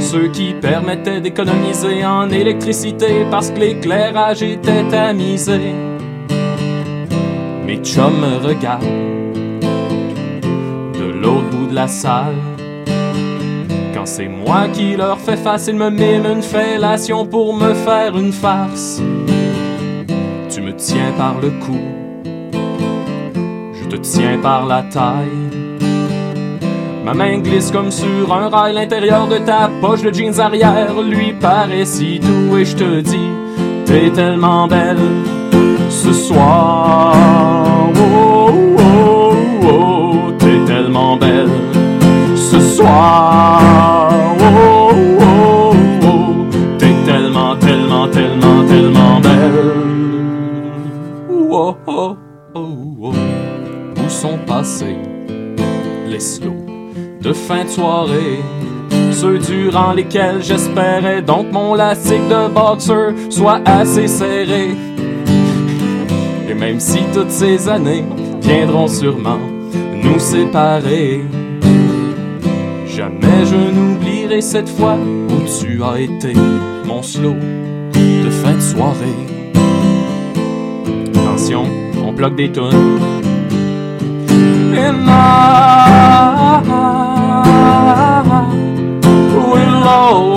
[SPEAKER 15] Ceux qui permettaient d'économiser en électricité parce que l'éclairage était tamisé. Mes chums me regardent de l'autre bout de la salle. Quand c'est moi qui leur fais face, ils me miment une fellation pour me faire une farce. Tu me tiens par le cou. Je te tiens par la taille. Ma main glisse comme sur un rail, l'intérieur de ta poche de jeans arrière lui paraît si doux et je te dis, t'es tellement belle ce soir. Oh, oh, oh, t'es tellement belle ce soir. Oh, oh, oh, t'es tellement, tellement, tellement, tellement belle. Oh, oh, oh, oh. Où sont passés les slows de fin de soirée? Ceux durant lesquels j'espérais donc mon lacet de boxeur soit assez serré. Et même si toutes ces années viendront sûrement nous séparer, jamais je n'oublierai cette fois où tu as été mon slow de fin de soirée. Attention, on bloque des tunes. And I will always